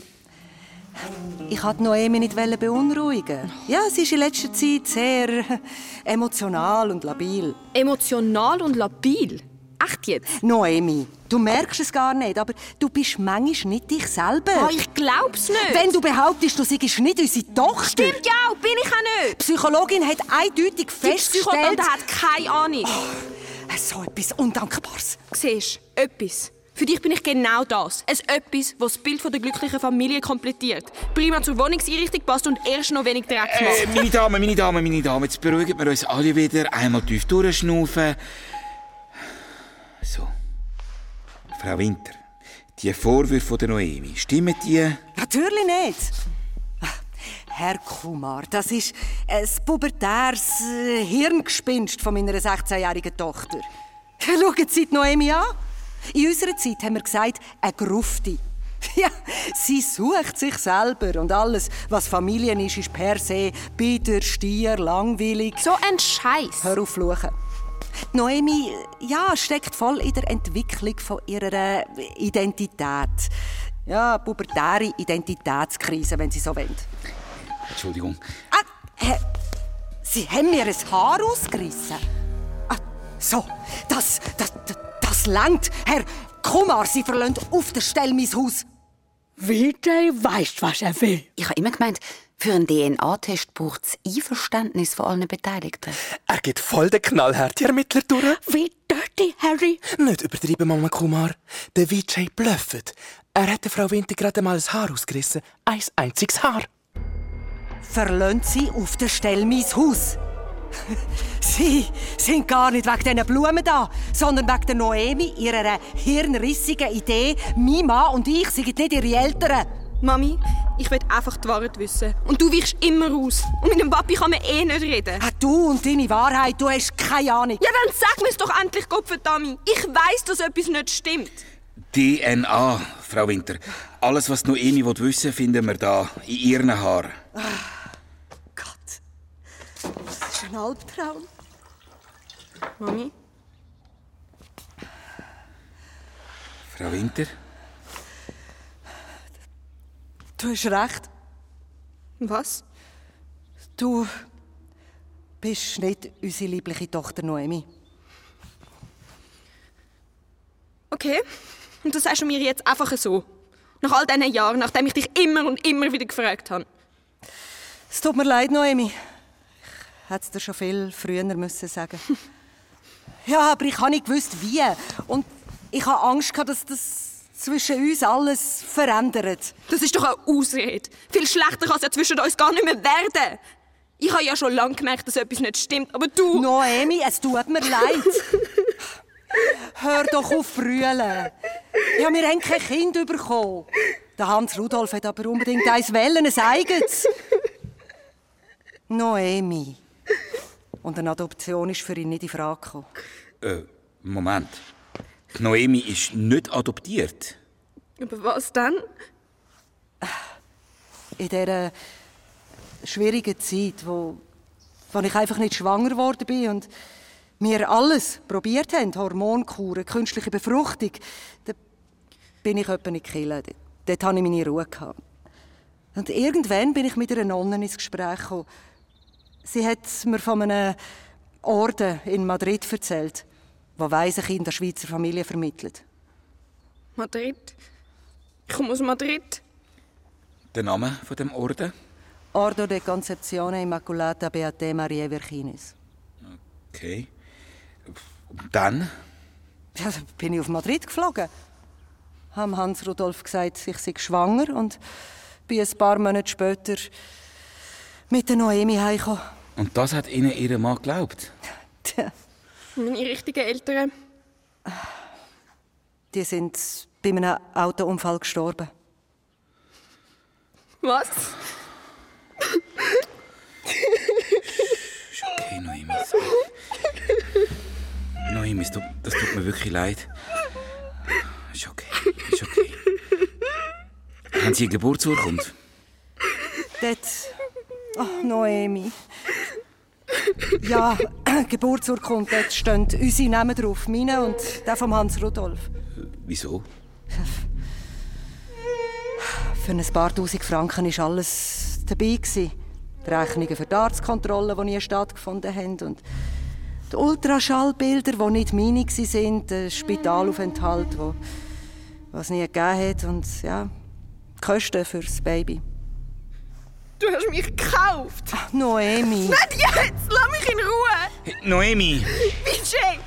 [SPEAKER 12] Ich wollte Noemi nicht beunruhigen. Ja, sie ist in letzter Zeit sehr emotional und labil.
[SPEAKER 10] Emotional und labil? Echt jetzt?
[SPEAKER 12] Noemi, du merkst es gar nicht, aber du bist manchmal nicht dich selber.
[SPEAKER 10] Ah, ich glaub's nicht.
[SPEAKER 12] Wenn du behauptest, du seist nicht unsere Tochter.
[SPEAKER 10] Stimmt ja auch, bin ich auch nicht.
[SPEAKER 12] Die Psychologin hat eindeutig
[SPEAKER 10] Die
[SPEAKER 12] festgestellt...
[SPEAKER 10] Psychotante hat keine Ahnung.
[SPEAKER 12] Oh, so etwas Undankbares.
[SPEAKER 10] Siehst du, etwas. Für dich bin ich genau das. Es etwas, das das Bild von der glücklichen Familie komplettiert. Prima zur Wohnungseinrichtung passt und erst noch wenig Dreck macht.
[SPEAKER 3] Äh, meine Damen, meine Damen, meine Damen, jetzt beruhigen wir uns alle wieder. Einmal tief durchschnaufen. So. Frau Winter, die Vorwürfe von der Noemi, stimmen die?
[SPEAKER 12] Natürlich nicht. Herr Kumar, das ist ein pubertäres äh, Hirngespinst von meiner 16-jährigen Tochter. Schauen Sie die Noemi an. In unserer Zeit haben wir gesagt, eine Grufti. Ja, sie sucht sich selber und alles, was Familien ist, ist per se bitter, stier, langweilig.
[SPEAKER 10] So ein Scheiß.
[SPEAKER 12] Hör auf, fluchen. Die Noemi, ja, steckt voll in der Entwicklung von ihrer äh, Identität. Ja, pubertäre Identitätskrise, wenn Sie so wollen.
[SPEAKER 3] Entschuldigung.
[SPEAKER 12] Hä? Sie haben mir ein Haar ausgerissen. Ah, so, das, das, das, das langt. Herr Kumar, Sie verlassen auf der Stelle mein Haus.
[SPEAKER 7] Wilde weißt, was er will. Ich habe immer gemeint, für einen DNA-Test braucht es Einverständnis von allen Beteiligten.
[SPEAKER 14] Er geht voll den knallhart die Ermittler durch.
[SPEAKER 7] Wie dirty, Harry.
[SPEAKER 14] Nicht übertreiben, Mama Kumar. Der Vijay blöffet. Er hat der Frau Winter gerade mal das Haar ausgerissen. Ein einziges Haar.
[SPEAKER 12] Verlassen Sie auf der Stelle mein Haus. Sie sind gar nicht wegen diesen Blumen da, sondern wegen der Noemi, ihrer hirnrissigen Idee, mein Mann und ich sind nicht ihre Eltern.
[SPEAKER 10] Mami, ich will einfach die Wahrheit wissen. Und du weichst immer aus. Und mit dem Papi kann man eh nicht reden.
[SPEAKER 12] Ah, du und deine Wahrheit, du hast keine Ahnung.
[SPEAKER 10] Ja, dann sag mir's doch endlich, Kopfendami. Ich weiß, dass etwas nicht stimmt.
[SPEAKER 3] DNA, Frau Winter. Alles, was die Noemi will wissen finden wir da, in ihren Haaren.
[SPEAKER 12] Ah, Das ist ein Albtraum.
[SPEAKER 10] Mami?
[SPEAKER 3] Frau Winter?
[SPEAKER 12] Du hast recht.
[SPEAKER 10] Was?
[SPEAKER 12] Du bist nicht unsere liebliche Tochter Noemi.
[SPEAKER 10] Okay. Und das sagst du mir jetzt einfach so. Nach all diesen Jahren, nachdem ich dich immer und immer wieder gefragt habe.
[SPEAKER 12] Es tut mir leid, Noemi. Ich hätte es dir schon viel früher müssen sagen Ja, aber ich habe nicht gewusst, wie. Und ich habe Angst, gehabt, dass das zwischen uns alles verändert.
[SPEAKER 10] Das ist doch eine Ausrede. Viel schlechter kann es ja zwischen uns gar nicht mehr werden. Ich habe ja schon lange gemerkt, dass etwas nicht stimmt, aber du...
[SPEAKER 12] Noemi, es tut mir leid. Hör doch auf brüllen. Ja, wir haben kein Kind bekommen. Der Hans Rudolf hat aber unbedingt eins wollen, ein eigenes. Noemi. Und eine Adoption ist für ihn nicht in Frage gekommen.
[SPEAKER 3] Äh, Moment. Die Noemi ist nicht adoptiert.
[SPEAKER 10] Aber was dann?
[SPEAKER 12] In dieser schwierigen Zeit, wo, wo ich einfach nicht schwanger geworden bin und wir alles probiert haben, Hormonkuren, künstliche Befruchtung, da bin ich etwa in die Kirche. Dort- Dort hatte ich meine Ruhe. Gehabt. Und irgendwann bin ich mit einer Nonne ins Gespräch gekommen. Sie hat mir von einem Orden in Madrid erzählt, wo weise Kinder Schweizer Familie vermittelt.
[SPEAKER 10] Madrid? Ich komme aus Madrid.
[SPEAKER 3] Der Name von dem Orden?
[SPEAKER 12] Ordo de Concepzione Immaculata Beate Maria Virginis.
[SPEAKER 3] Okay. Und dann?
[SPEAKER 12] Ja, dann bin ich auf Madrid geflogen. Haben Hans Rudolf gesagt, ich sei schwanger und bin ein paar Monate später mit der Noemi heimgekommen.
[SPEAKER 3] Und das hat Ihnen Ihr Mann geglaubt?
[SPEAKER 12] Tja,
[SPEAKER 10] Meine richtigen Eltern.
[SPEAKER 12] Die sind bei einem Autounfall gestorben.
[SPEAKER 10] Was?
[SPEAKER 3] Ist okay, Noemi. Noemi, es tut- das tut mir wirklich leid. Ist okay, ist okay. Haben Sie eine Geburtsurkunde?
[SPEAKER 12] Dort. Oh, Noemi. Ja, Geburtsurkunde, dort stehen unsere Namen drauf. Meine und der von Hans Rudolf.
[SPEAKER 3] Wieso?
[SPEAKER 12] Für ein paar tausend Franken war alles dabei. gewesen. Die Rechnungen für die Arztkontrollen, die nie stattgefunden haben. Und die Ultraschallbilder, die nicht meine waren. Der Spitalaufenthalt, wo was nie gegeben hat. Und ja, die Kosten für das Baby.
[SPEAKER 10] Du hast mich gekauft!
[SPEAKER 12] Ach, Noemi!
[SPEAKER 10] Nicht jetzt! Lass mich in Ruhe!
[SPEAKER 3] Noemi!
[SPEAKER 10] Vijay,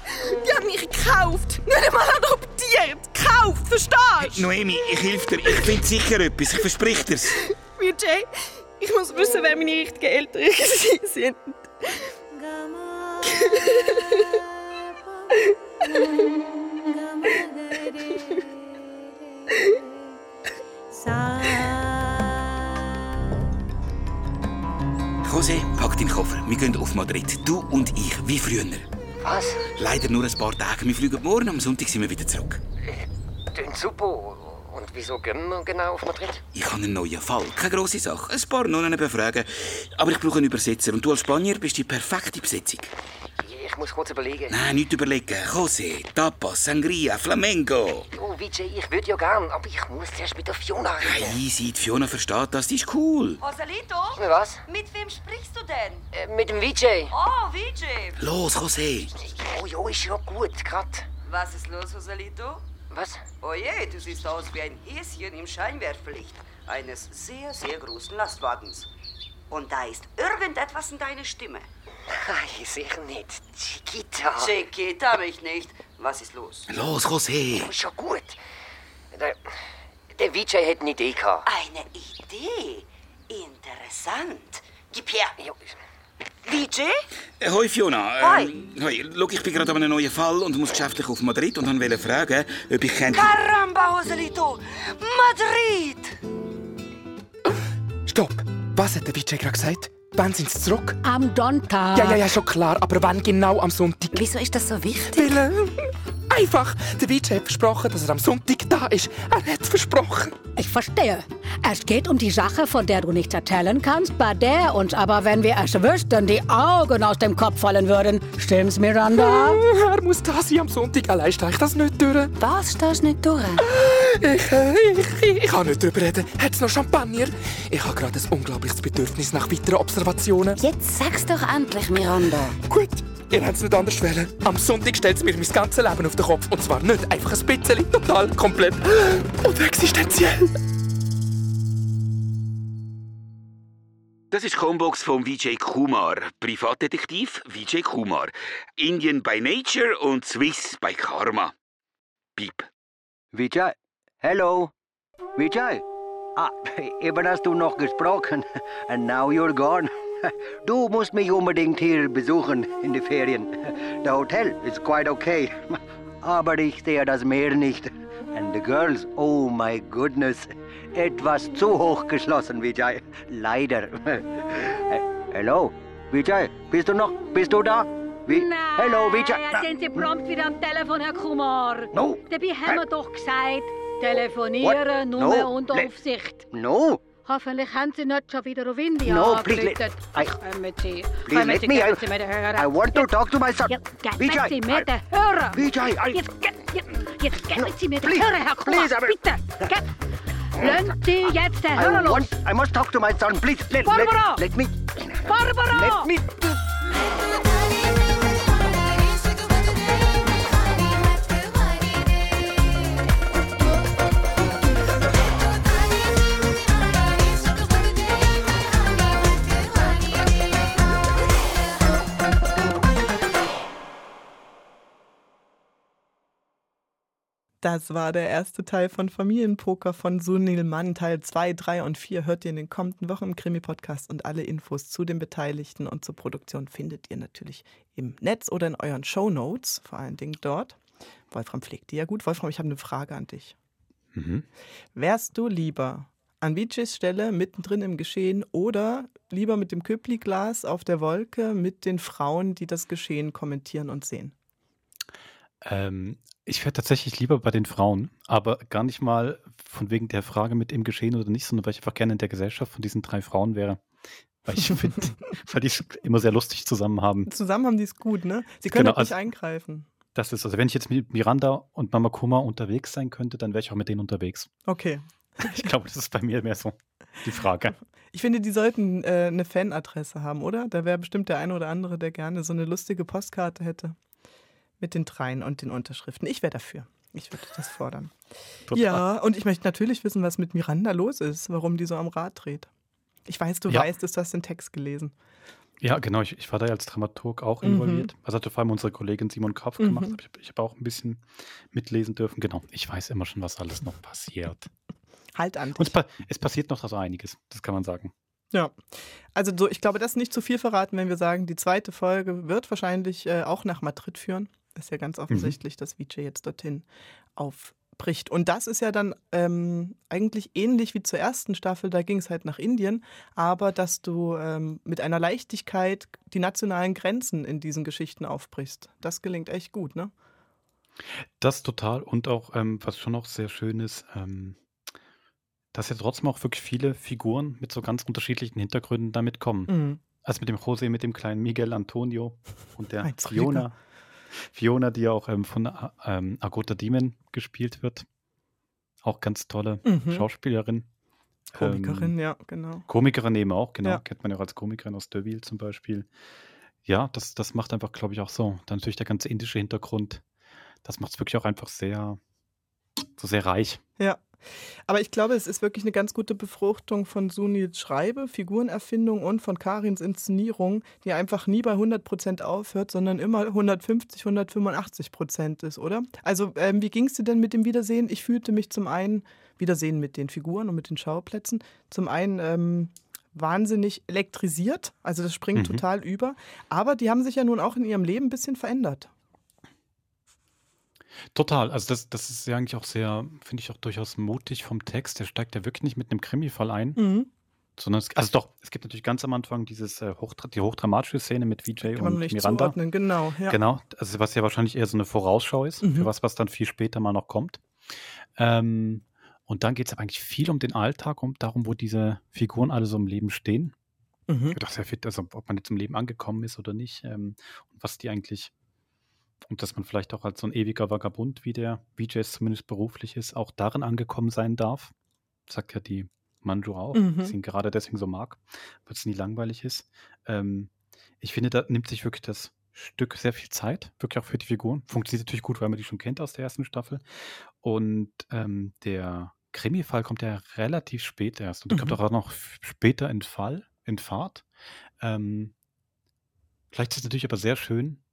[SPEAKER 10] die hat mich gekauft! Nicht einmal adoptiert! Gekauft, verstehst du?
[SPEAKER 3] Noemi, ich helfe dir. Ich finde sicher etwas. Ich verspreche dir's.
[SPEAKER 10] Vijay, ich muss wissen, wer meine richtigen Eltern gewesen sind.
[SPEAKER 3] José, pack deinen Koffer. Wir gehen auf Madrid. Du und ich, wie früher.
[SPEAKER 5] Was?
[SPEAKER 3] Leider nur ein paar Tage. Wir fliegen morgen. Am Sonntag sind wir wieder zurück.
[SPEAKER 5] Tönt super. Und wieso gehen wir genau auf Madrid?
[SPEAKER 3] Ich habe einen neuen Fall. Keine grosse Sache. Ein paar Nonnen befragen. Aber ich brauche einen Übersetzer. Und du als Spanier bist die perfekte Besetzung.
[SPEAKER 5] Ich muss kurz überlegen.
[SPEAKER 3] Nein, nicht überlegen. José, Tapas, Sangria, Flamengo.
[SPEAKER 5] Jo, Vijay, Oh, ich würde ja gern, aber ich muss zuerst mit der Fiona reden.
[SPEAKER 3] Hey, easy. Die Fiona versteht das. Die ist cool.
[SPEAKER 15] Rosalito?
[SPEAKER 5] Was?
[SPEAKER 15] Mit wem sprichst du denn?
[SPEAKER 5] Äh, mit dem Vijay.
[SPEAKER 15] Oh, Vijay!
[SPEAKER 3] Los, José.
[SPEAKER 5] Jo, oh, jo, ist ja gut, grad.
[SPEAKER 15] Was ist los, Rosalito?
[SPEAKER 5] Was?
[SPEAKER 15] Oje, du siehst aus wie ein Häschen im Scheinwerferlicht eines sehr, sehr großen Lastwagens. Und da ist irgendetwas in deiner Stimme.
[SPEAKER 5] Nein, sicher nicht. Chiquita.
[SPEAKER 15] Chiquita mich nicht. Was ist los?
[SPEAKER 3] Los, José.
[SPEAKER 5] Ist ja gut. Der, der Vijay hat eine Idee gehabt.
[SPEAKER 15] Eine Idee. Interessant. Gib her. Vijay?
[SPEAKER 3] Äh, Hoi Fiona.
[SPEAKER 15] Hoi.
[SPEAKER 3] Ähm, hoi. Schau, ich bin gerade an einem neuen Fall und muss geschäftlich auf Madrid und wollte fragen, ob ich kennt.
[SPEAKER 15] Caramba, Rosalito! Madrid!
[SPEAKER 4] Stopp! Was hat der Vijay gerade gesagt? Wann sind sie zurück?
[SPEAKER 16] Am Donnerstag.
[SPEAKER 4] Ja, ja, ja, schon klar. Aber wann genau am Sonntag?
[SPEAKER 7] Ah. Wieso ist das so wichtig?
[SPEAKER 4] Weil, äh, einfach. Der Vijay hat versprochen, dass er am Sonntag da ist. Er hat versprochen.
[SPEAKER 16] Ich verstehe. Es geht um die Sache, von der du nichts erzählen kannst, bei der uns aber, wenn wir es wüssten, die Augen aus dem Kopf fallen würden. Stimmt's, Miranda?
[SPEAKER 4] Äh, Er muss da sein am Sonntag. Allein stehe ich das nicht durch.
[SPEAKER 7] Was stehst du nicht durch?
[SPEAKER 4] Ich, äh, ich, ich, ich kann nicht drüber reden. Hat's noch Champagner? Ich habe gerade ein unglaubliches Bedürfnis nach weiteren Observationen.
[SPEAKER 7] Jetzt sag's doch endlich, Miranda.
[SPEAKER 4] Gut, ihr habt's nicht anders wollen. Am Sonntag stellt's mir mein ganzes Leben auf den Kopf. Und zwar nicht einfach ein bisschen, total, komplett und existenziell.
[SPEAKER 3] Das ist die Combox von Vijay Kumar, Privatdetektiv Vijay Kumar. Indian by Nature und Swiss by Karma. Piep.
[SPEAKER 17] Vijay, hello. Vijay. Ah, eben hast du noch gesprochen. And now you're gone. Du musst mich unbedingt hier besuchen in den Ferien. The hotel is quite okay. Aber ich sehe das Meer nicht. And the girls, oh my goodness. Etwas zu hoch geschlossen, Vijay. Leider. Hello, Vijay, bist du noch? Bist du da? Vi hello, Vijay.
[SPEAKER 6] Jetzt sind Sie prompt wieder am Telefon, Herr Kumar.
[SPEAKER 17] No.
[SPEAKER 6] Dabei haben wir doch gesagt, telefonieren,
[SPEAKER 17] What?
[SPEAKER 6] nur
[SPEAKER 17] No.
[SPEAKER 6] unter
[SPEAKER 17] Le-
[SPEAKER 6] Aufsicht.
[SPEAKER 17] No.
[SPEAKER 6] Hoffentlich haben Sie nicht schon wieder auf Indien
[SPEAKER 17] No, please, let-
[SPEAKER 6] angerufen.
[SPEAKER 17] I-
[SPEAKER 6] Kommen Sie,
[SPEAKER 17] Please
[SPEAKER 6] kommen
[SPEAKER 17] let
[SPEAKER 6] Sie,
[SPEAKER 17] me.
[SPEAKER 6] kommen Sie mit den Hörern.
[SPEAKER 17] I, I want to talk to my son.
[SPEAKER 6] Geben Sie mir den Hörer! Jetzt, ge- jetzt, jetzt geben Sie mir den
[SPEAKER 17] please,
[SPEAKER 6] Hörer, Herr Kumar,
[SPEAKER 17] please, aber-
[SPEAKER 6] bitte! Ge- Lassen Sie jetzt den
[SPEAKER 17] I
[SPEAKER 6] Hörer los!
[SPEAKER 17] want, I must talk to my son. Please let,
[SPEAKER 6] Barbara!
[SPEAKER 17] let, let me.
[SPEAKER 6] Barbara!
[SPEAKER 17] Let me.
[SPEAKER 2] Das war der erste Teil von Familienpoker von Sunil Mann. Teil 2, 3 und 4 hört ihr in den kommenden Wochen im Krimi-Podcast. Und alle Infos zu den Beteiligten und zur Produktion findet ihr natürlich im Netz oder in euren Shownotes, vor allen Dingen dort. Wolfram pflegt die ja gut. Wolfram, ich habe eine Frage an dich.
[SPEAKER 1] Mhm.
[SPEAKER 2] Wärst du lieber an Vichys Stelle mittendrin im Geschehen oder lieber mit dem Köpli-Glas auf der Wolke mit den Frauen, die das Geschehen kommentieren und sehen?
[SPEAKER 1] Ähm, ich wäre tatsächlich lieber bei den Frauen, aber gar nicht mal von wegen der Frage mit im Geschehen oder nicht, sondern weil ich einfach gerne in der Gesellschaft von diesen drei Frauen wäre. Weil ich finde, weil die es immer sehr lustig zusammen haben.
[SPEAKER 2] Zusammen haben die es gut, ne? Sie können
[SPEAKER 1] Genau,
[SPEAKER 2] auch nicht
[SPEAKER 1] also-
[SPEAKER 2] eingreifen.
[SPEAKER 1] Das ist, also wenn ich jetzt mit Miranda und Mama Kuma unterwegs sein könnte, dann wäre ich auch mit denen unterwegs.
[SPEAKER 2] Okay.
[SPEAKER 1] Ich glaube, das ist bei mir mehr so die Frage.
[SPEAKER 2] Ich finde, die sollten äh, eine Fanadresse haben, oder? Da wäre bestimmt der eine oder andere, der gerne so eine lustige Postkarte hätte. Mit den Dreien und den Unterschriften. Ich wäre dafür. Ich würde das fordern.
[SPEAKER 1] Total.
[SPEAKER 2] Ja, und ich möchte natürlich wissen, was mit Miranda los ist, warum die so am Rad dreht. Ich weiß, du
[SPEAKER 1] Ja.
[SPEAKER 2] weißt es, du hast den Text gelesen.
[SPEAKER 1] Ja, genau. Ich, ich war da ja als Dramaturg auch
[SPEAKER 2] Mhm.
[SPEAKER 1] involviert. Also hatte vor allem unsere Kollegin Simon Kopf
[SPEAKER 2] Mhm.
[SPEAKER 1] gemacht. aber Ich, hab- ich habe auch ein bisschen mitlesen dürfen. Genau. Ich weiß immer schon, was alles noch passiert.
[SPEAKER 2] Halt an.
[SPEAKER 1] Und es, pa es passiert noch so einiges. Das kann man sagen.
[SPEAKER 2] Ja. Also so, ich glaube, das ist nicht zu viel verraten, wenn wir sagen, die zweite Folge wird wahrscheinlich äh, auch nach Madrid führen. Ist ja ganz offensichtlich, dass Vijay jetzt dorthin aufbricht. Und das ist ja dann ähm, eigentlich ähnlich wie zur ersten Staffel, da ging es halt nach Indien, aber dass du ähm, mit einer Leichtigkeit die nationalen Grenzen in diesen Geschichten aufbrichst. Das gelingt echt gut, ne?
[SPEAKER 1] Das total. Und auch, ähm, was schon auch sehr schön ist, ähm, dass ja trotzdem auch wirklich viele Figuren mit so ganz unterschiedlichen Hintergründen damit kommen.
[SPEAKER 2] Mhm.
[SPEAKER 1] Also mit dem José, mit dem kleinen Miguel Antonio und der
[SPEAKER 2] Ein Zrieger.
[SPEAKER 1] Fiona. Fiona, die ja auch ähm, von A- ähm, Agota Demon gespielt wird. Auch ganz tolle
[SPEAKER 2] Mhm.
[SPEAKER 1] Schauspielerin.
[SPEAKER 2] Komikerin,
[SPEAKER 1] Ähm,
[SPEAKER 2] ja, genau.
[SPEAKER 1] Komikerin eben auch, genau.
[SPEAKER 2] Ja.
[SPEAKER 1] Kennt man ja auch als Komikerin aus Deville zum Beispiel. Ja, das, das macht einfach, glaube ich, auch so. Dann natürlich der ganze indische Hintergrund. Das macht es wirklich auch einfach sehr, so sehr reich.
[SPEAKER 2] Ja. Aber ich glaube, es ist wirklich eine ganz gute Befruchtung von Sunils Schreibe, Figurenerfindung und von Karins Inszenierung, die einfach nie bei 100% aufhört, sondern immer 150, 185% ist, oder? Also, ähm, wie ging es dir denn mit dem Wiedersehen? Ich fühlte mich zum einen, Wiedersehen mit den Figuren und mit den Schauplätzen, zum einen ähm, wahnsinnig elektrisiert, also das springt
[SPEAKER 1] Mhm.
[SPEAKER 2] total über, aber die haben sich ja nun auch in ihrem Leben ein bisschen verändert.
[SPEAKER 1] Total. Also das, das ist ja eigentlich auch sehr, finde ich auch durchaus mutig vom Text. Der steigt ja wirklich nicht mit einem Krimi-Fall ein.
[SPEAKER 2] Mhm.
[SPEAKER 1] Sondern es, also doch, es gibt natürlich ganz am Anfang dieses äh, hochdra- die hochdramatische Szene mit Vijay
[SPEAKER 2] Kann man
[SPEAKER 1] und
[SPEAKER 2] nicht
[SPEAKER 1] Miranda.
[SPEAKER 2] zuordnen, genau. Ja.
[SPEAKER 1] Genau, also was ja wahrscheinlich eher so eine Vorausschau ist,
[SPEAKER 2] Mhm.
[SPEAKER 1] für was, was dann viel später mal noch kommt. Ähm, und dann geht es aber eigentlich viel um den Alltag und darum, wo diese Figuren alle so im Leben stehen.
[SPEAKER 2] Mhm.
[SPEAKER 1] Doch sehr fit, also ob man jetzt im Leben angekommen ist oder nicht ähm, und was die eigentlich und dass man vielleicht auch als so ein ewiger Vagabund, wie der VJ es zumindest beruflich ist, auch darin angekommen sein darf. Sagt ja die Manju auch,
[SPEAKER 2] Mhm.
[SPEAKER 1] dass sie ihn gerade deswegen so mag, weil es nie langweilig ist. Ähm, ich finde, da nimmt sich wirklich das Stück sehr viel Zeit, wirklich auch für die Figuren. Funktioniert natürlich gut, weil man die schon kennt aus der ersten Staffel. Und ähm, der Krimi-Fall kommt ja relativ spät erst. Und der kommt
[SPEAKER 2] Mhm.
[SPEAKER 1] auch noch f- später in Fall, in Fahrt. Ähm, vielleicht ist es natürlich aber sehr schön.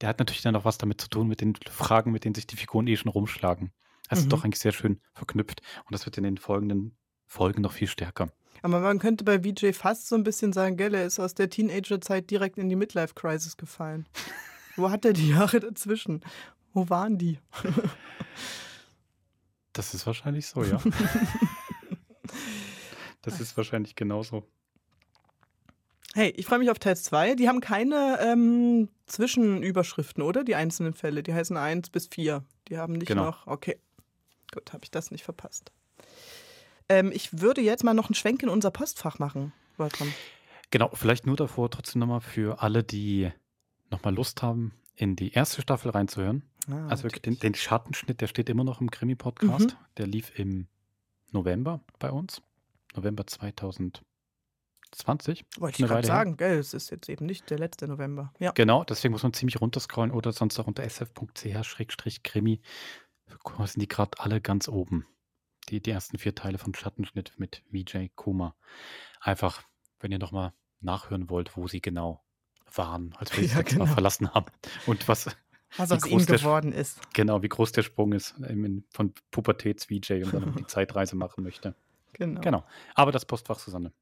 [SPEAKER 1] Der hat natürlich dann auch was damit zu tun, mit den Fragen, mit denen sich die Figuren eh schon rumschlagen. Das
[SPEAKER 2] Mhm.
[SPEAKER 1] ist doch eigentlich sehr schön verknüpft. Und das wird in den folgenden Folgen noch viel stärker.
[SPEAKER 2] Aber man könnte bei VJ fast so ein bisschen sagen, gell, er ist aus der Teenagerzeit direkt in die Midlife-Crisis gefallen. Wo hat er die Jahre dazwischen? Wo waren die?
[SPEAKER 1] Das ist wahrscheinlich so, Oh ja. das ist wahrscheinlich genauso.
[SPEAKER 2] Hey, ich freue mich auf Teil 2. Die haben keine ähm, Zwischenüberschriften, oder? Die einzelnen Fälle. Die heißen 1 bis 4. Die haben nicht
[SPEAKER 1] Genau.
[SPEAKER 2] noch. Okay. Gut, habe ich das nicht verpasst. Ähm, ich würde jetzt mal noch einen Schwenk in unser Postfach machen. Wolfram.
[SPEAKER 1] Genau, vielleicht nur davor trotzdem nochmal für alle, die nochmal Lust haben, in die erste Staffel reinzuhören.
[SPEAKER 2] Ah,
[SPEAKER 1] also wirklich den, den Schattenschnitt, der steht immer noch im Krimi-Podcast.
[SPEAKER 2] Mhm.
[SPEAKER 1] Der lief im November bei uns. November 2020.
[SPEAKER 2] Wollte
[SPEAKER 1] Eine
[SPEAKER 2] ich gerade
[SPEAKER 1] Weile her.
[SPEAKER 2] sagen, gell, es ist jetzt eben nicht der letzte November. Ja.
[SPEAKER 1] Genau, deswegen muss man ziemlich runterscrollen oder sonst auch unter sf.ch-krimi sind die gerade alle ganz oben. Die, die ersten vier Teile vom Schattenschnitt mit Vijay Kuma. Einfach, wenn ihr nochmal nachhören wollt, wo sie genau waren, als wir
[SPEAKER 2] Ja,
[SPEAKER 1] sie ja,
[SPEAKER 2] genau.
[SPEAKER 1] verlassen haben. Und was,
[SPEAKER 2] Was
[SPEAKER 1] wie
[SPEAKER 2] aus
[SPEAKER 1] groß
[SPEAKER 2] ihm
[SPEAKER 1] der Sch-
[SPEAKER 2] geworden ist.
[SPEAKER 1] Genau, wie groß der Sprung ist ähm, in, von Pubertäts-Vijay und dann die Zeitreise machen möchte.
[SPEAKER 2] Genau.
[SPEAKER 1] Genau. Aber das Postfach, Susanne.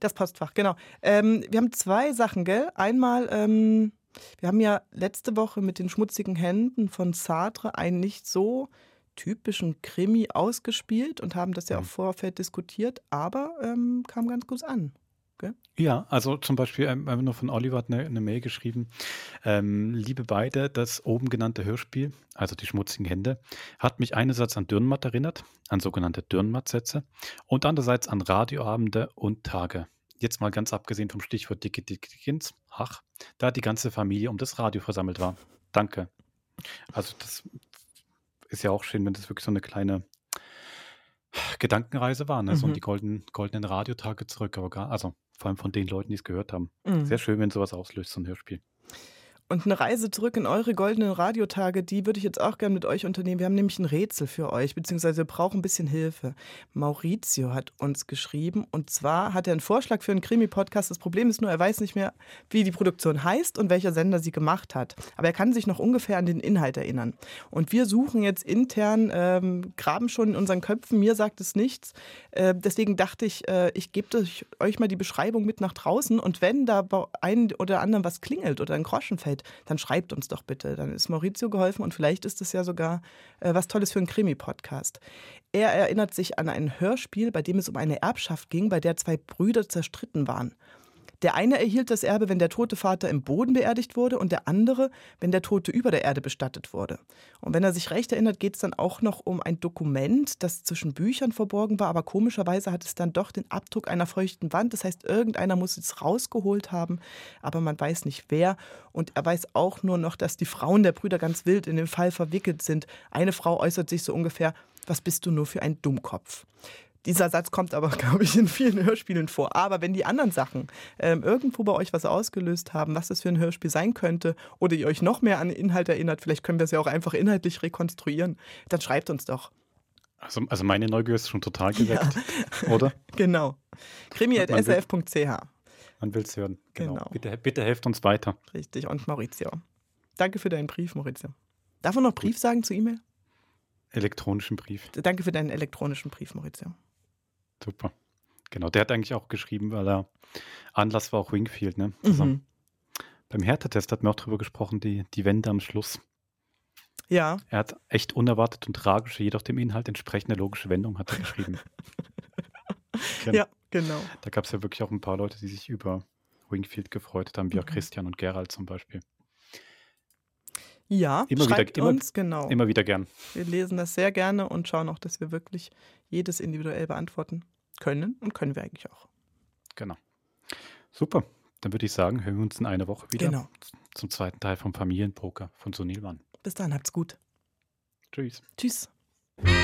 [SPEAKER 2] Das Postfach, genau. Ähm, wir haben zwei Sachen, gell? Einmal, ähm, wir haben ja letzte Woche mit den schmutzigen Händen von Sartre einen nicht so typischen Krimi ausgespielt und haben das ja auch vorfeld diskutiert, aber ähm, kam ganz gut an.
[SPEAKER 1] Ja, also zum Beispiel, ähm, ähm, nur von Oliver hat eine, eine Mail geschrieben, ähm, liebe beide, das oben genannte Hörspiel, also die schmutzigen Hände, hat mich einerseits an Dürrenmatt erinnert, an sogenannte Dürrenmatt-Sätze und andererseits an Radioabende und Tage. jetzt mal ganz abgesehen vom Stichwort Dicke Dickens, ach, da die ganze Familie um das Radio versammelt war. Danke. Also das ist ja auch schön, wenn das wirklich so eine kleine Gedankenreise war, ne? so
[SPEAKER 2] Mhm.
[SPEAKER 1] in die golden, goldenen Radiotage zurück, aber gar, also vor allem von den Leuten, die es gehört haben.
[SPEAKER 2] Mhm.
[SPEAKER 1] Sehr schön, wenn sowas auslöst, so ein Hörspiel.
[SPEAKER 2] Und eine Reise zurück in eure goldenen Radiotage, die würde ich jetzt auch gerne mit euch unternehmen. Wir haben nämlich ein Rätsel für euch, beziehungsweise wir brauchen ein bisschen Hilfe. Maurizio hat uns geschrieben und zwar hat er einen Vorschlag für einen Krimi-Podcast. Das Problem ist nur, er weiß nicht mehr, wie die Produktion heißt und welcher Sender sie gemacht hat. Aber er kann sich noch ungefähr an den Inhalt erinnern. Und wir suchen jetzt intern, ähm, graben schon in unseren Köpfen, mir sagt es nichts. Äh, deswegen dachte ich, äh, ich gebe euch- euch mal die Beschreibung mit nach draußen und wenn da bei einem oder anderen was klingelt oder ein Groschen fällt, dann schreibt uns doch bitte. Dann ist Maurizio geholfen und vielleicht ist es ja sogar äh, was Tolles für einen Krimi-Podcast. Er erinnert sich an ein Hörspiel, bei dem es um eine Erbschaft ging, bei der zwei Brüder zerstritten waren. Der eine erhielt das Erbe, wenn der tote Vater im Boden beerdigt wurde und der andere, wenn der Tote über der Erde bestattet wurde. Und wenn er sich recht erinnert, geht es dann auch noch um ein Dokument, das zwischen Büchern verborgen war, aber komischerweise hat es dann doch den Abdruck einer feuchten Wand. Das heißt, irgendeiner muss es rausgeholt haben, aber man weiß nicht wer. Und er weiß auch nur noch, dass die Frauen der Brüder ganz wild in den Fall verwickelt sind. Eine Frau äußert sich so ungefähr, was bist du nur für ein Dummkopf? Dieser Satz kommt aber, glaube ich, in vielen Hörspielen vor. Aber wenn die anderen Sachen ähm, irgendwo bei euch was ausgelöst haben, was das für ein Hörspiel sein könnte, oder ihr euch noch mehr an den Inhalt erinnert, vielleicht können wir es ja auch einfach inhaltlich rekonstruieren, dann schreibt uns doch.
[SPEAKER 1] Also, also meine Neugier ist schon total geweckt, oder?
[SPEAKER 2] Genau.
[SPEAKER 1] Man will-
[SPEAKER 2] krimi.srf.ch.
[SPEAKER 1] Man will es hören. Genau.
[SPEAKER 2] Genau.
[SPEAKER 1] Bitte, bitte helft uns weiter.
[SPEAKER 2] Richtig. Und Maurizio. Danke für deinen Brief, Maurizio. Darf man noch Brief sagen zu E-Mail?
[SPEAKER 1] Elektronischen Brief.
[SPEAKER 2] Danke für deinen elektronischen Brief, Maurizio.
[SPEAKER 1] Super. Genau, der hat eigentlich auch geschrieben, weil er Anlass war auch Wingfield, ne?
[SPEAKER 2] Mhm.
[SPEAKER 1] Beim Hertha-Test hat man auch drüber gesprochen, die, die Wende am Schluss.
[SPEAKER 2] Ja.
[SPEAKER 1] Er hat echt unerwartet und tragische, jedoch dem Inhalt entsprechende logische Wendung hat er geschrieben. Genau.
[SPEAKER 2] Ja, genau.
[SPEAKER 1] Da gab es ja wirklich auch ein paar Leute, die sich über Wingfield gefreut haben, wie
[SPEAKER 2] Mhm.
[SPEAKER 1] auch Christian und Gerald zum Beispiel.
[SPEAKER 2] Ja,
[SPEAKER 1] Immer wieder,
[SPEAKER 2] schreibt
[SPEAKER 1] immer,
[SPEAKER 2] uns, genau.
[SPEAKER 1] immer wieder gern.
[SPEAKER 2] Wir lesen das sehr gerne und schauen auch, dass wir wirklich jedes individuell beantworten können und können wir eigentlich auch.
[SPEAKER 1] Genau. Super. Dann würde ich sagen, hören wir uns in einer Woche wieder
[SPEAKER 2] Genau.
[SPEAKER 1] z- zum zweiten Teil vom Familienpoker von Sunilwan.
[SPEAKER 2] Bis dahin, habt's gut.
[SPEAKER 1] Tschüss.
[SPEAKER 2] Tschüss.
[SPEAKER 18] Musik